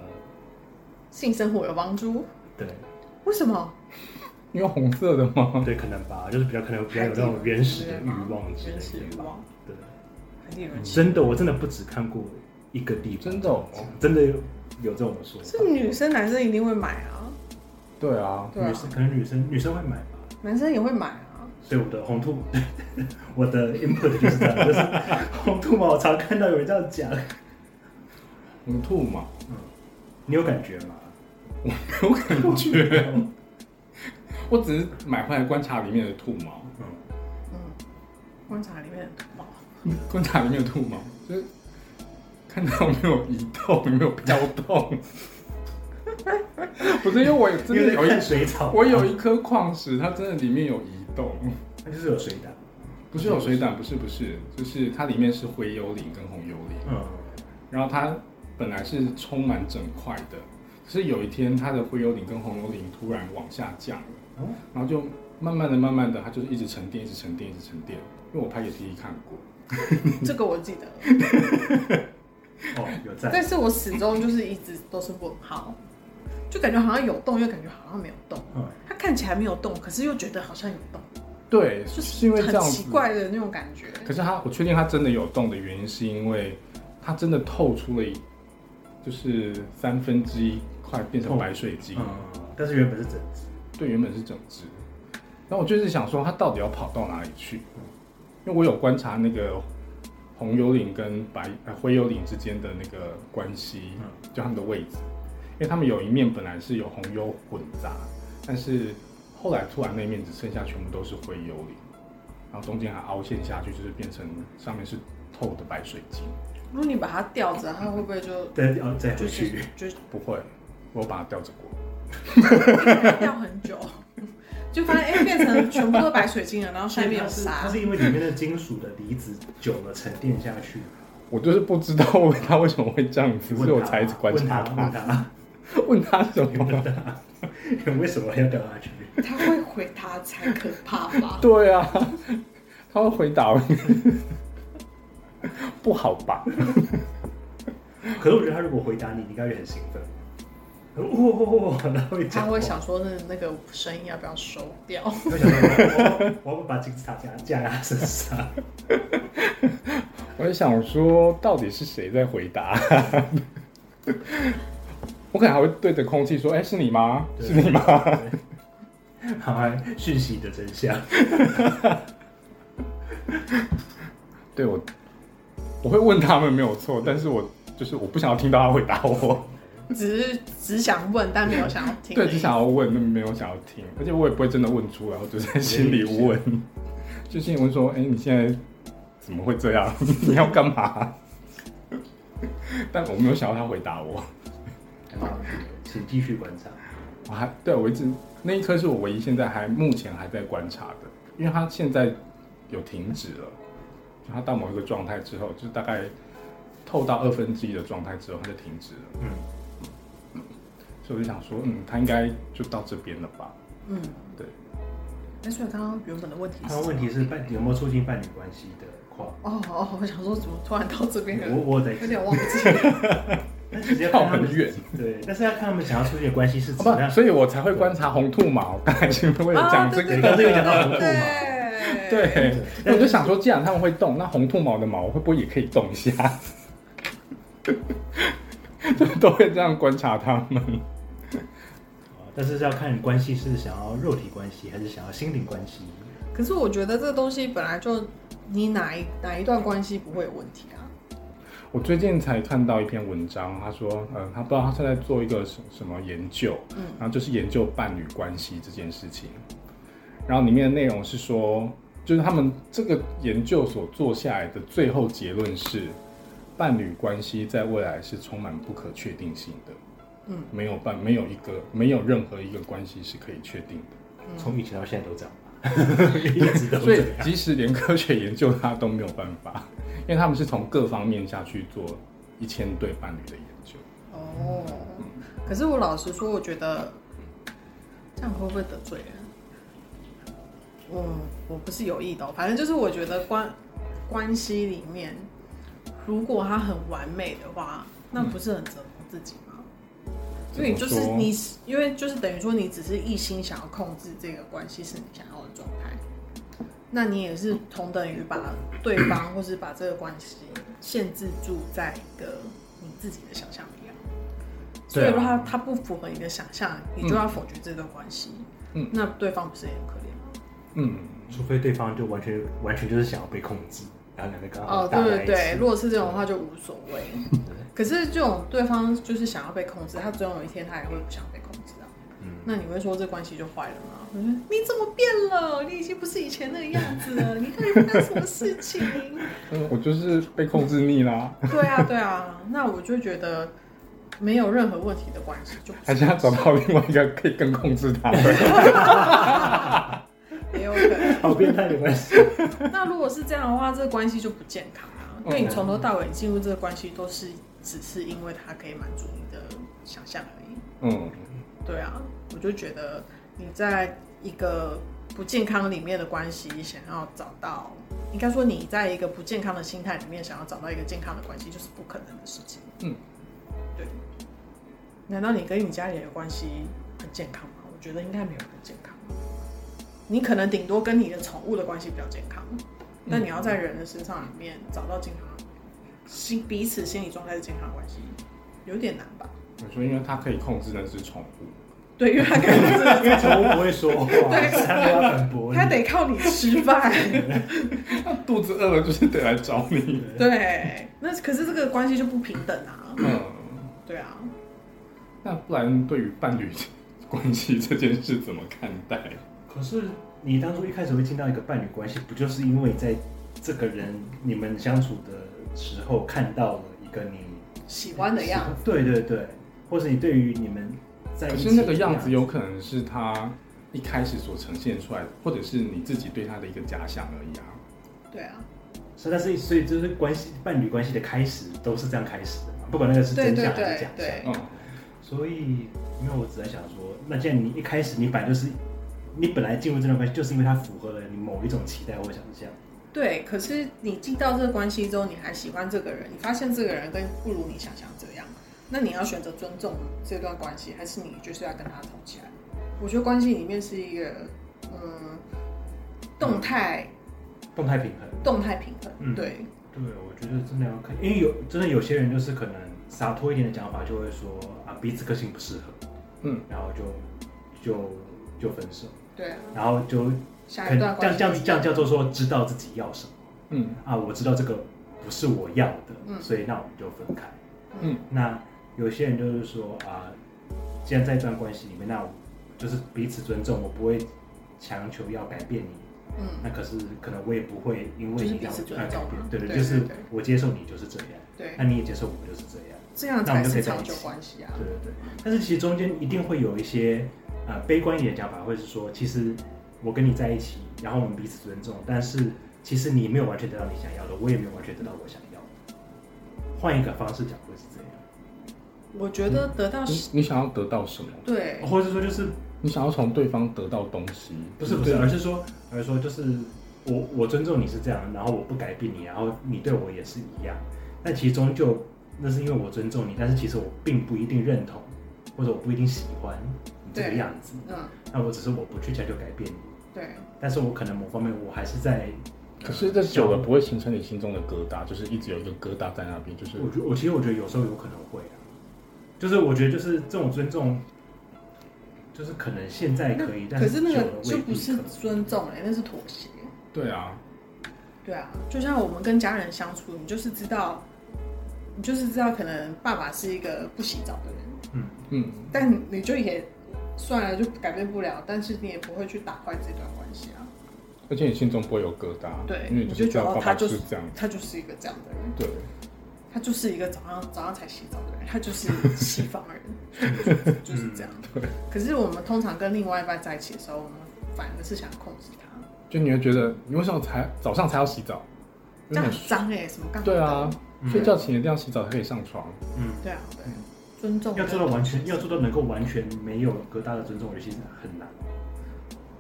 Speaker 4: 性生活有帮助？
Speaker 3: 对
Speaker 4: 为什么？
Speaker 1: 因为红色的吗？
Speaker 3: 对可能吧，就是比较可能比较有那种原始的欲望之类
Speaker 4: 原始欲
Speaker 3: 的吧。
Speaker 4: 望，
Speaker 3: 对，
Speaker 4: 很令人
Speaker 3: 真的我真的不只看过一个地方，
Speaker 1: 嗯真的哦，
Speaker 3: 真的有有这种说法，
Speaker 4: 是女生男生一定会买啊，
Speaker 1: 对啊，
Speaker 4: 对啊
Speaker 3: 女，生可能女生女生会买吧。
Speaker 4: 男生也会买啊。
Speaker 3: 所以我的红兔， 我的 input 就是这样，就是 红兔毛，我常看到有人这样讲，
Speaker 1: 红兔毛，
Speaker 3: 你有感觉吗？
Speaker 1: 我感觉，我只是买回来观察里面的兔毛，
Speaker 3: 嗯，
Speaker 4: 嗯，观察里面的图 猫，
Speaker 1: 观察里面的兔毛，就是看到有没有移动，有没有飘动。 不是因为我真
Speaker 3: 因
Speaker 1: 的有
Speaker 3: 为
Speaker 1: 一
Speaker 3: 看，水草，
Speaker 1: 我有，一颗矿石，它真的里面有移动，
Speaker 3: 它就是有水胆，
Speaker 1: 不是有水胆，不是不是，就是它里面是灰幽灵跟红幽灵。
Speaker 3: 嗯，
Speaker 1: 然后它本来是充满整块的，可是有一天它的灰幽灵跟红幽灵突然往下降了，
Speaker 3: 哦
Speaker 1: 然后就慢慢的、慢慢的，它就是一直沉淀、一直沉淀、一直沉淀。因为我拍给 T T 看过，
Speaker 4: 这个我记得，
Speaker 3: 哦，有
Speaker 4: 但
Speaker 3: 在，
Speaker 4: 是我始终就是一直都是问号，就感觉好像有动，又感觉好像没有动。
Speaker 3: 嗯，
Speaker 4: 它看起来没有动，可是又觉得好像有动，
Speaker 1: 对，
Speaker 4: 就是
Speaker 1: 因为这
Speaker 4: 很
Speaker 1: 样
Speaker 4: 奇
Speaker 1: 子。
Speaker 4: 怪的那种感觉。
Speaker 1: 可是它，我确定它真的有动的原因，是因为它真的透出了一，就是三分之一块变成白水晶，
Speaker 3: 嗯，但是原本是整只，
Speaker 1: 对，原本是整只。然后我就是想说，它到底要跑到哪里去？因为我有观察那个红幽灵跟白呃灰幽灵之间的那个关系，
Speaker 3: 嗯
Speaker 1: 就他们的位置，因为他们有一面本来是有红幽混杂，但是后来突然那面只剩下全部都是灰幽灵，然后中间还凹陷下去，就是变成上面是透的白水晶。
Speaker 4: 如果你把它吊着，它会不会就
Speaker 3: 再要哦再回
Speaker 4: 就是
Speaker 3: 去，
Speaker 4: 就是
Speaker 1: 不会，我有把它吊着过。
Speaker 4: 吊很久， 就发现哎、变成全部都白水晶了，然后下面有
Speaker 3: 是它
Speaker 4: 沙
Speaker 3: 是，因为里面的金属的离子久了沉淀下去，
Speaker 1: 我就是不知道 它为什么会这样子，所以我才一直观
Speaker 3: 问他
Speaker 1: 察它。
Speaker 3: 问他
Speaker 1: 问它什么
Speaker 3: 问？他， 为什么要掉下去？
Speaker 4: 它会回它才可怕 吧？
Speaker 1: 对啊，他会回答我， 不好吧？
Speaker 3: 可是我觉得他如果回答你，你应该会很兴奋，哦，然后一
Speaker 4: 他
Speaker 3: 讲
Speaker 4: 会啊想说那那个声音要不要收掉？
Speaker 3: 我想说我我要把金字塔架架在他身上，
Speaker 1: 我也想说，到底是谁在回答？ 我可能还会对着空气说：“哎、是你吗？
Speaker 3: 对
Speaker 1: 是你吗
Speaker 3: 对好啊，讯息的真相。？”
Speaker 1: 对我，我会问他们没有错，但是我就是我不想要听到他回答我，
Speaker 4: 只是只想问，但没有想要听。
Speaker 1: 对，只想要问，那没有想要听，而且我也不会真的问出来，我只是在心里问，就心里问说：“哎、你现在怎么会这样？ 你要干嘛？” 但我没有想到他回答我。
Speaker 3: 请继续观察。
Speaker 1: 我还对我一直那一颗是我唯一现在还目前还在观察的，因为它现在有停止了，就它到某一个状态之后，就是大概透到二分之一的状态之后，它就停止了。
Speaker 3: 嗯，
Speaker 1: 嗯所以我就想说，嗯，它应该就到这边了吧？
Speaker 4: 嗯，
Speaker 1: 对。
Speaker 4: 哎，所以刚刚原本的问题是
Speaker 3: 他问题是伴有没有促进伴侣关系的话，
Speaker 4: 哦哦，我想说怎么突然到这边
Speaker 3: 我
Speaker 4: 了，
Speaker 3: 我有在
Speaker 4: 有点忘记了。
Speaker 3: 但直接
Speaker 1: 跳很远，
Speaker 3: 对，但是要看他们想要促进的关系是
Speaker 1: 好
Speaker 3: 怎么
Speaker 1: 吧，
Speaker 3: 样。
Speaker 1: 所以我才会观察红兔毛，刚才是为了讲这
Speaker 4: 啊对
Speaker 1: 个
Speaker 4: 对
Speaker 3: 刚刚
Speaker 4: 对
Speaker 3: 这个讲到红兔嘛，
Speaker 4: 对
Speaker 1: 对，那我就想说，既然他们会动，那红兔毛的毛会不会也可以动一下？ 就都会这样观察他们。
Speaker 3: 哦但是是要看关系是想要肉体关系还是想要心灵关系。
Speaker 4: 可是我觉得这个东西本来就，你哪一哪一段关系不会有问题啊？
Speaker 1: 我最近才看到一篇文章，他说，呃，他不知道他是在做一个什什么研究，
Speaker 4: 嗯
Speaker 1: 然后就是研究伴侣关系这件事情。然后里面的内容是说，就是他们这个研究所做下来的最后结论是，伴侣关系在未来是充满不可确定性的。
Speaker 4: 嗯，
Speaker 1: 没有伴，没有一个，没有任何一个关系是可以确定的。
Speaker 4: 嗯
Speaker 3: 从以前到现在都这样吧， 一直都
Speaker 1: 所
Speaker 3: 这
Speaker 1: 以
Speaker 3: 样。，
Speaker 1: 即使连科学研究它都没有办法，因为他们是从各方面下去做一千对伴侣的研究。
Speaker 4: 哦，可是我老实说，我觉得这样会不会得罪人？我我不是有意的哦、反正就是我觉得关关系里面，如果他很完美的话，那不是很折磨自己吗？因为你就是
Speaker 1: 怎么说
Speaker 4: 你，因为就是等于说你只是一心想要控制这个关系是你想要的状态，那你也是同等于把对方或是把这个关系限制住在一个你自己的想象力啊。所以
Speaker 1: 对啊
Speaker 4: 如果他他不符合你的想象，你就要否决这段关系。
Speaker 1: 嗯，
Speaker 4: 那对方不是也很可怜吗？
Speaker 1: 嗯，
Speaker 3: 除非对方就完全完全就是想要被控制，然后两个刚好
Speaker 4: 哦，
Speaker 3: 搭在
Speaker 4: 对对
Speaker 3: 一
Speaker 4: 对，
Speaker 3: 起。
Speaker 4: 如果是这种的话就无所谓。可是这种对方就是想要被控制，他总有一天他也会不想被控制啊。
Speaker 3: 嗯，
Speaker 4: 那你会说这关系就坏了吗？我说 你怎么变了？你已经不是以前那个样子了，你到底发生什么事情？
Speaker 3: 嗯
Speaker 1: 我就是被控制腻啦，
Speaker 4: 对啊，对啊，那我就觉得没有任何问题的关系，就不
Speaker 1: 还是要找到另外一个可以更控制他 的。
Speaker 4: 也有可能。
Speaker 3: 好变态的关系。
Speaker 4: 那如果是这样的话，这个关系就不健康啊，
Speaker 1: 嗯
Speaker 4: 因为你从头到尾进入这个关系都是只是因为它可以满足你的想象而已。
Speaker 1: 嗯，
Speaker 4: 对啊，我就觉得你在一个不健康里面的关系，想要找到，应该说你在一个不健康的心态里面想要找到一个健康的关系，就是不可能的事情。
Speaker 1: 嗯，
Speaker 4: 对。难道你跟你家里的关系很健康吗？我觉得应该没有很健康。你可能顶多跟你的宠物的关系比较健康，但你要在人的身上里面找到健康的心彼此心理状态是健康的关系，有点难吧？
Speaker 1: 我说因为他可以控制那只宠物，
Speaker 4: 对，因为他感觉
Speaker 3: 因为宠物不会 说话，它没有要反驳你
Speaker 4: 他。得靠你吃 饭。
Speaker 1: 它肚子饿了就是得来找你。
Speaker 4: 对，那可是这个关系就不平等啊。
Speaker 1: 嗯，
Speaker 4: 对啊，
Speaker 1: 那不然对于伴侣关系这件事怎么看待？
Speaker 3: 可是你当初一开始会进到一个伴侣关系，不就是因为在这个人你们相处的时候看到了一个你
Speaker 4: 喜欢的样子。
Speaker 3: 子？对对对，或者你对于你们在
Speaker 1: 可
Speaker 3: 一起
Speaker 1: 是那个样子有可能是他一开始所呈现出来的，或者是你自己对他的一个假想而已啊。
Speaker 4: 对啊，
Speaker 3: 所以但是所以就是关系伴侣关系的开始都是这样开始的嘛，不管那个是
Speaker 4: 对
Speaker 3: 真
Speaker 4: 对
Speaker 3: 相还是
Speaker 4: 对
Speaker 3: 假象。
Speaker 4: 对，
Speaker 1: 嗯，
Speaker 3: 所以，因为我只在想说，那既然你一开始你本来就是，你本来进入这段关系，就是因为它符合了你某一种期待或想象。
Speaker 4: 对。可是你进到这个关系之后，你还喜欢这个人，你发现这个人跟不如你想象这样，那你要选择尊重这段关系，还是你就是要跟他吵起来？我觉得关系里面是一个嗯动态
Speaker 3: 动态平衡。
Speaker 4: 动态平衡，
Speaker 3: 嗯
Speaker 4: 对，
Speaker 3: 对，我觉得真的要看，因为有真的有些人就是可能洒脱一点的讲法，就会说啊彼此个性不适合，
Speaker 1: 嗯，
Speaker 3: 然后就就就分手，
Speaker 4: 对啊，
Speaker 3: 然后就
Speaker 4: 下
Speaker 3: 可
Speaker 4: 一
Speaker 3: 能
Speaker 4: 段
Speaker 3: 这
Speaker 4: 关
Speaker 3: 样这样子
Speaker 4: 系就一
Speaker 3: 这样叫做说知道自己要什么
Speaker 1: 嗯
Speaker 3: 啊，我知道这个不是我要的，
Speaker 4: 嗯
Speaker 3: 所以那我们就分开。
Speaker 1: 嗯，
Speaker 3: 那有些人就是说啊，既然在一段关系里面，那我就是彼此尊重，我不会强求要改变你
Speaker 4: 嗯，
Speaker 3: 那可是可能我也不会因为
Speaker 4: 就是
Speaker 3: 你这样
Speaker 4: 彼此尊
Speaker 3: 而改
Speaker 4: 重
Speaker 3: 变
Speaker 4: 嘛，
Speaker 3: 对
Speaker 4: 对
Speaker 3: 就
Speaker 4: 对
Speaker 3: 是
Speaker 4: 对
Speaker 3: 我接受你就是这样，
Speaker 4: 对，
Speaker 3: 那你也接受我就是这样，
Speaker 4: 这样
Speaker 3: 那我
Speaker 4: 才
Speaker 3: 们就是可以在
Speaker 4: 长
Speaker 3: 一起
Speaker 4: 久关系啊
Speaker 3: 对，对对。但是其实中间一定会有一些呃悲观一点的讲法，会是说，其实我跟你在一起，然后我们彼此尊重，但是其实你没有完全得到你想要的，我也没有完全得到我想要的。换一个方式讲会是这样，
Speaker 4: 我觉得得
Speaker 3: 嗯
Speaker 4: 到
Speaker 1: 你你想要得到什么？
Speaker 4: 对
Speaker 3: 或者说就是
Speaker 1: 你想要从对方得到东西？
Speaker 3: 不是不是，而是说而是说就是我我尊重你是这样，然后我不改变你，然后你对我也是一样。但其中就那是因为我尊重你，但是其实我并不一定认同，或者我不一定喜欢你这个
Speaker 4: 对
Speaker 3: 样子。
Speaker 4: 嗯
Speaker 3: 那我只是我不去强求改变你，
Speaker 4: 对，
Speaker 3: 但是我可能某方面我还是在。
Speaker 1: 可是这久了不会形成你心中的疙瘩，就是一直有一个疙瘩在那边，就是
Speaker 3: 我觉我其实我觉得有时候有可能会啊，就是我觉得就是这种尊重，就是可能现在可以，但
Speaker 4: 可是那
Speaker 3: 久了
Speaker 4: 个
Speaker 3: 未
Speaker 4: 就
Speaker 3: 必
Speaker 4: 不是
Speaker 3: 可能
Speaker 4: 尊重哎、那是妥协，
Speaker 1: 对啊，
Speaker 4: 对啊，就像我们跟家人相处，你就是知道，你就是知道，可能爸爸是一个不洗澡的人，
Speaker 3: 嗯，
Speaker 1: 嗯，
Speaker 4: 但你就也算了，就改变不了，但是你也不会去打坏这段关系啊。
Speaker 1: 而且你心中不会有疙瘩，
Speaker 4: 对
Speaker 1: 因为
Speaker 4: 你
Speaker 1: 就是
Speaker 4: 就
Speaker 1: 知
Speaker 4: 觉
Speaker 1: 道
Speaker 4: 得
Speaker 1: 爸
Speaker 4: 他
Speaker 1: 爸
Speaker 4: 就是
Speaker 1: 这样，
Speaker 4: 他就是一个这样的人，
Speaker 1: 对，
Speaker 4: 他就是一个早上早上才洗澡的人，他就是西方人，就是这样。
Speaker 3: 嗯
Speaker 4: 可是我们通常跟另外一半在一起的时候，我们反而是想控制他，
Speaker 1: 就你会觉得你为什么才早上才要洗澡？
Speaker 4: 这样很脏哎、什么干嘛？
Speaker 1: 对啊，
Speaker 3: 嗯
Speaker 1: 睡觉前一定要洗澡才可以上床，
Speaker 3: 嗯，
Speaker 4: 对啊，对，尊重
Speaker 3: 要做到完全，要做到能够完全没有疙瘩的尊重，我觉得其实很难。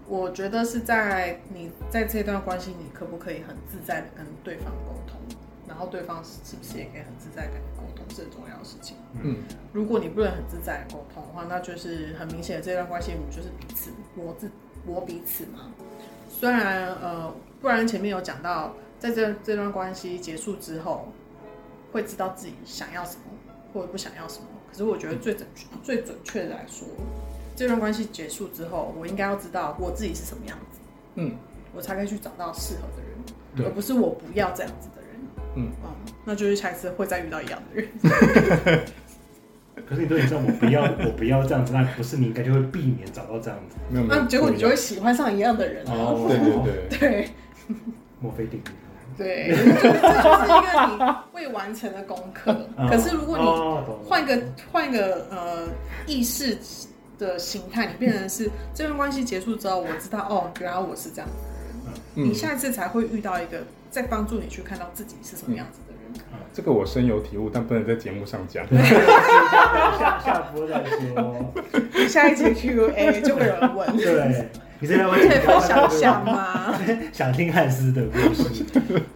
Speaker 4: 我觉得是在你在这段关系，你可不可以很自在的跟对方沟通，然后对方是不是也可以很自在地跟你沟通，是很重要的事情。
Speaker 1: 嗯，
Speaker 4: 如果你不能很自在地沟通的话，那就是很明显的这段关系，我们就是彼此磨自磨彼此嘛。虽然呃，不然前面有讲到，在这这段关系结束之后，会知道自己想要什么或者不想要什么。可是我觉得最准确、最准确的来说，这段关系结束之后，我应该要知道我自己是什么样子，
Speaker 1: 嗯，
Speaker 4: 我才可以去找到适合的
Speaker 1: 对
Speaker 4: 人，而不是我不要这样子的人。
Speaker 1: 嗯
Speaker 4: 那就是下一次会再遇到一样的人。
Speaker 3: 可是你都已经知道我不要，我不要这样子，那不是你应该就会避免找到这样子？
Speaker 1: 没有没有，
Speaker 4: 那啊结果你就会
Speaker 1: 不
Speaker 4: 喜欢上一样的人啊。
Speaker 1: 一样对对对，
Speaker 4: 对
Speaker 3: 墨菲定律。。
Speaker 4: 对，就是这就是一个你未完成的功课
Speaker 3: 嗯
Speaker 4: 可是如果你
Speaker 3: 哦懂了
Speaker 4: 换一个换一个呃意识的形态，你变成是这段关系结束之后，我知道哦，原来我是这样的人。
Speaker 1: 嗯
Speaker 4: 你下一次才会遇到一个再帮助你去看到自己是什么样子的人。
Speaker 1: 这个我深有体悟，但不能在节目上讲。
Speaker 3: 下下播再说。
Speaker 4: 下一节 Q&A 就会有人问，
Speaker 3: 对，你这边
Speaker 4: 可
Speaker 3: 问
Speaker 4: 以
Speaker 3: 题
Speaker 4: 分享一下吗？
Speaker 3: 想听汉斯的故事，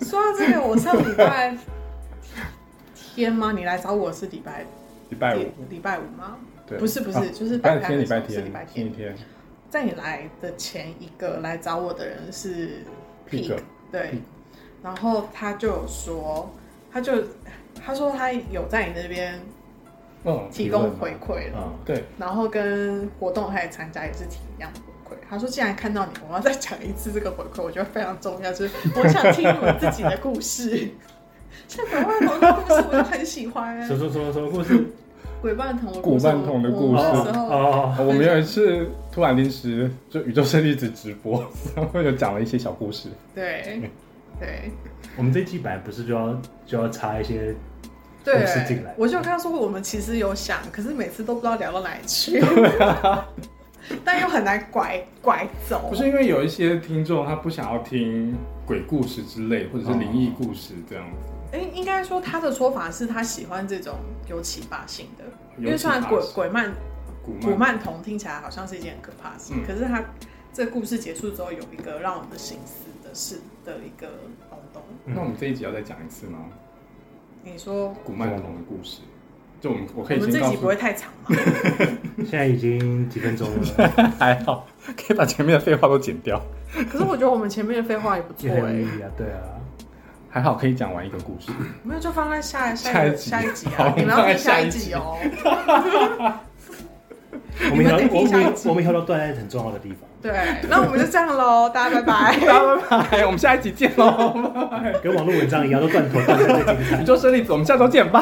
Speaker 4: 说到这个，我上礼拜天吗？你来找我是礼拜
Speaker 1: 礼拜五
Speaker 4: 礼，礼拜五吗？
Speaker 1: 对，
Speaker 4: 不是不是
Speaker 1: 啊
Speaker 4: 就是
Speaker 1: 礼拜
Speaker 4: 摆拍
Speaker 1: 天，
Speaker 4: 的
Speaker 1: 礼拜
Speaker 4: 时候是
Speaker 1: 天，
Speaker 4: 礼拜
Speaker 1: 星
Speaker 4: 天
Speaker 1: 期天，
Speaker 4: 在你来的前一个来找我的人是
Speaker 1: Pig
Speaker 4: 对
Speaker 1: Pig
Speaker 4: 然后他就有说，他就他说他有在你那边
Speaker 1: 嗯，
Speaker 4: 提
Speaker 1: 提问
Speaker 4: 供
Speaker 1: 嘛
Speaker 4: 回馈了，
Speaker 3: 啊，
Speaker 1: 对，
Speaker 4: 然后跟活动他也参加，也是提一样的回馈。他说，既然看到你，我要再讲一次这个回馈，我觉得非常重要，就是 我想听你们自己的故事。像鬼半童的故事，我就很喜欢。啊
Speaker 3: 什么什么什么故事？
Speaker 4: 鬼半童的故
Speaker 1: 古
Speaker 4: 事，
Speaker 1: 半童的故事
Speaker 4: 我那时候
Speaker 3: 哦，
Speaker 1: 我们有一次突然临时就宇宙胜利子直播， 然后就讲了一些小故事。
Speaker 4: 对对
Speaker 3: 我们这期本来不是就要就要插一些
Speaker 4: 对
Speaker 3: 公司进来，
Speaker 4: 我就有跟他说过，我们其实有想，可是每次都不知道聊到哪里 去，但又很难拐拐走
Speaker 1: 不。是因为有一些听众他不想要听鬼故事之类，或者是灵异故事这样子。
Speaker 4: 应应该说他的说法是他喜欢这种有启发性的，因
Speaker 1: 有
Speaker 4: 为
Speaker 1: 启
Speaker 4: 虽然
Speaker 1: 发
Speaker 4: 鬼
Speaker 1: 性
Speaker 4: 鬼漫
Speaker 1: 古
Speaker 4: 古
Speaker 1: 曼，
Speaker 4: 曼童听起来好像是一件很可怕的事，
Speaker 1: 嗯
Speaker 4: 可是他这个故事结束之后有一个让我们心思的事的一个东东。
Speaker 1: 那我们这一集要再讲一次吗？
Speaker 4: 你说
Speaker 1: 古曼童的故事，就我们我可
Speaker 4: 我
Speaker 1: 以
Speaker 4: 们
Speaker 1: 先
Speaker 4: 这
Speaker 1: 告
Speaker 4: 集不
Speaker 1: 诉
Speaker 4: 会太长嘛？
Speaker 3: 现在已经几分钟了，
Speaker 1: 还好，可以把前面的废话都剪掉，
Speaker 2: 可是我觉得我们前面的废话也不错
Speaker 4: 欸
Speaker 3: 也很有
Speaker 2: 哎，
Speaker 3: 意义啊，对啊，
Speaker 1: 还好可以讲完一个故 事。
Speaker 4: 没有，就放在下
Speaker 1: 下
Speaker 4: 下
Speaker 1: 一
Speaker 4: 一
Speaker 1: 集
Speaker 4: 下一集
Speaker 1: 好
Speaker 4: 啊，你们要
Speaker 1: 放在
Speaker 4: 听
Speaker 1: 下
Speaker 4: 下
Speaker 1: 一
Speaker 4: 一
Speaker 1: 集
Speaker 4: 集哦。
Speaker 3: 我们以后
Speaker 4: 你们得
Speaker 3: 我
Speaker 4: 听下一
Speaker 3: 们
Speaker 4: 集
Speaker 3: 我们以后都断在很重要的地 方，
Speaker 4: 对，那我们就这样喽，大家拜拜。
Speaker 1: 拜拜，我们下一集见 喽，拜拜。
Speaker 3: 跟网络文章一样，都断头断的最精彩。
Speaker 1: 你说生理组，我们下周见，拜。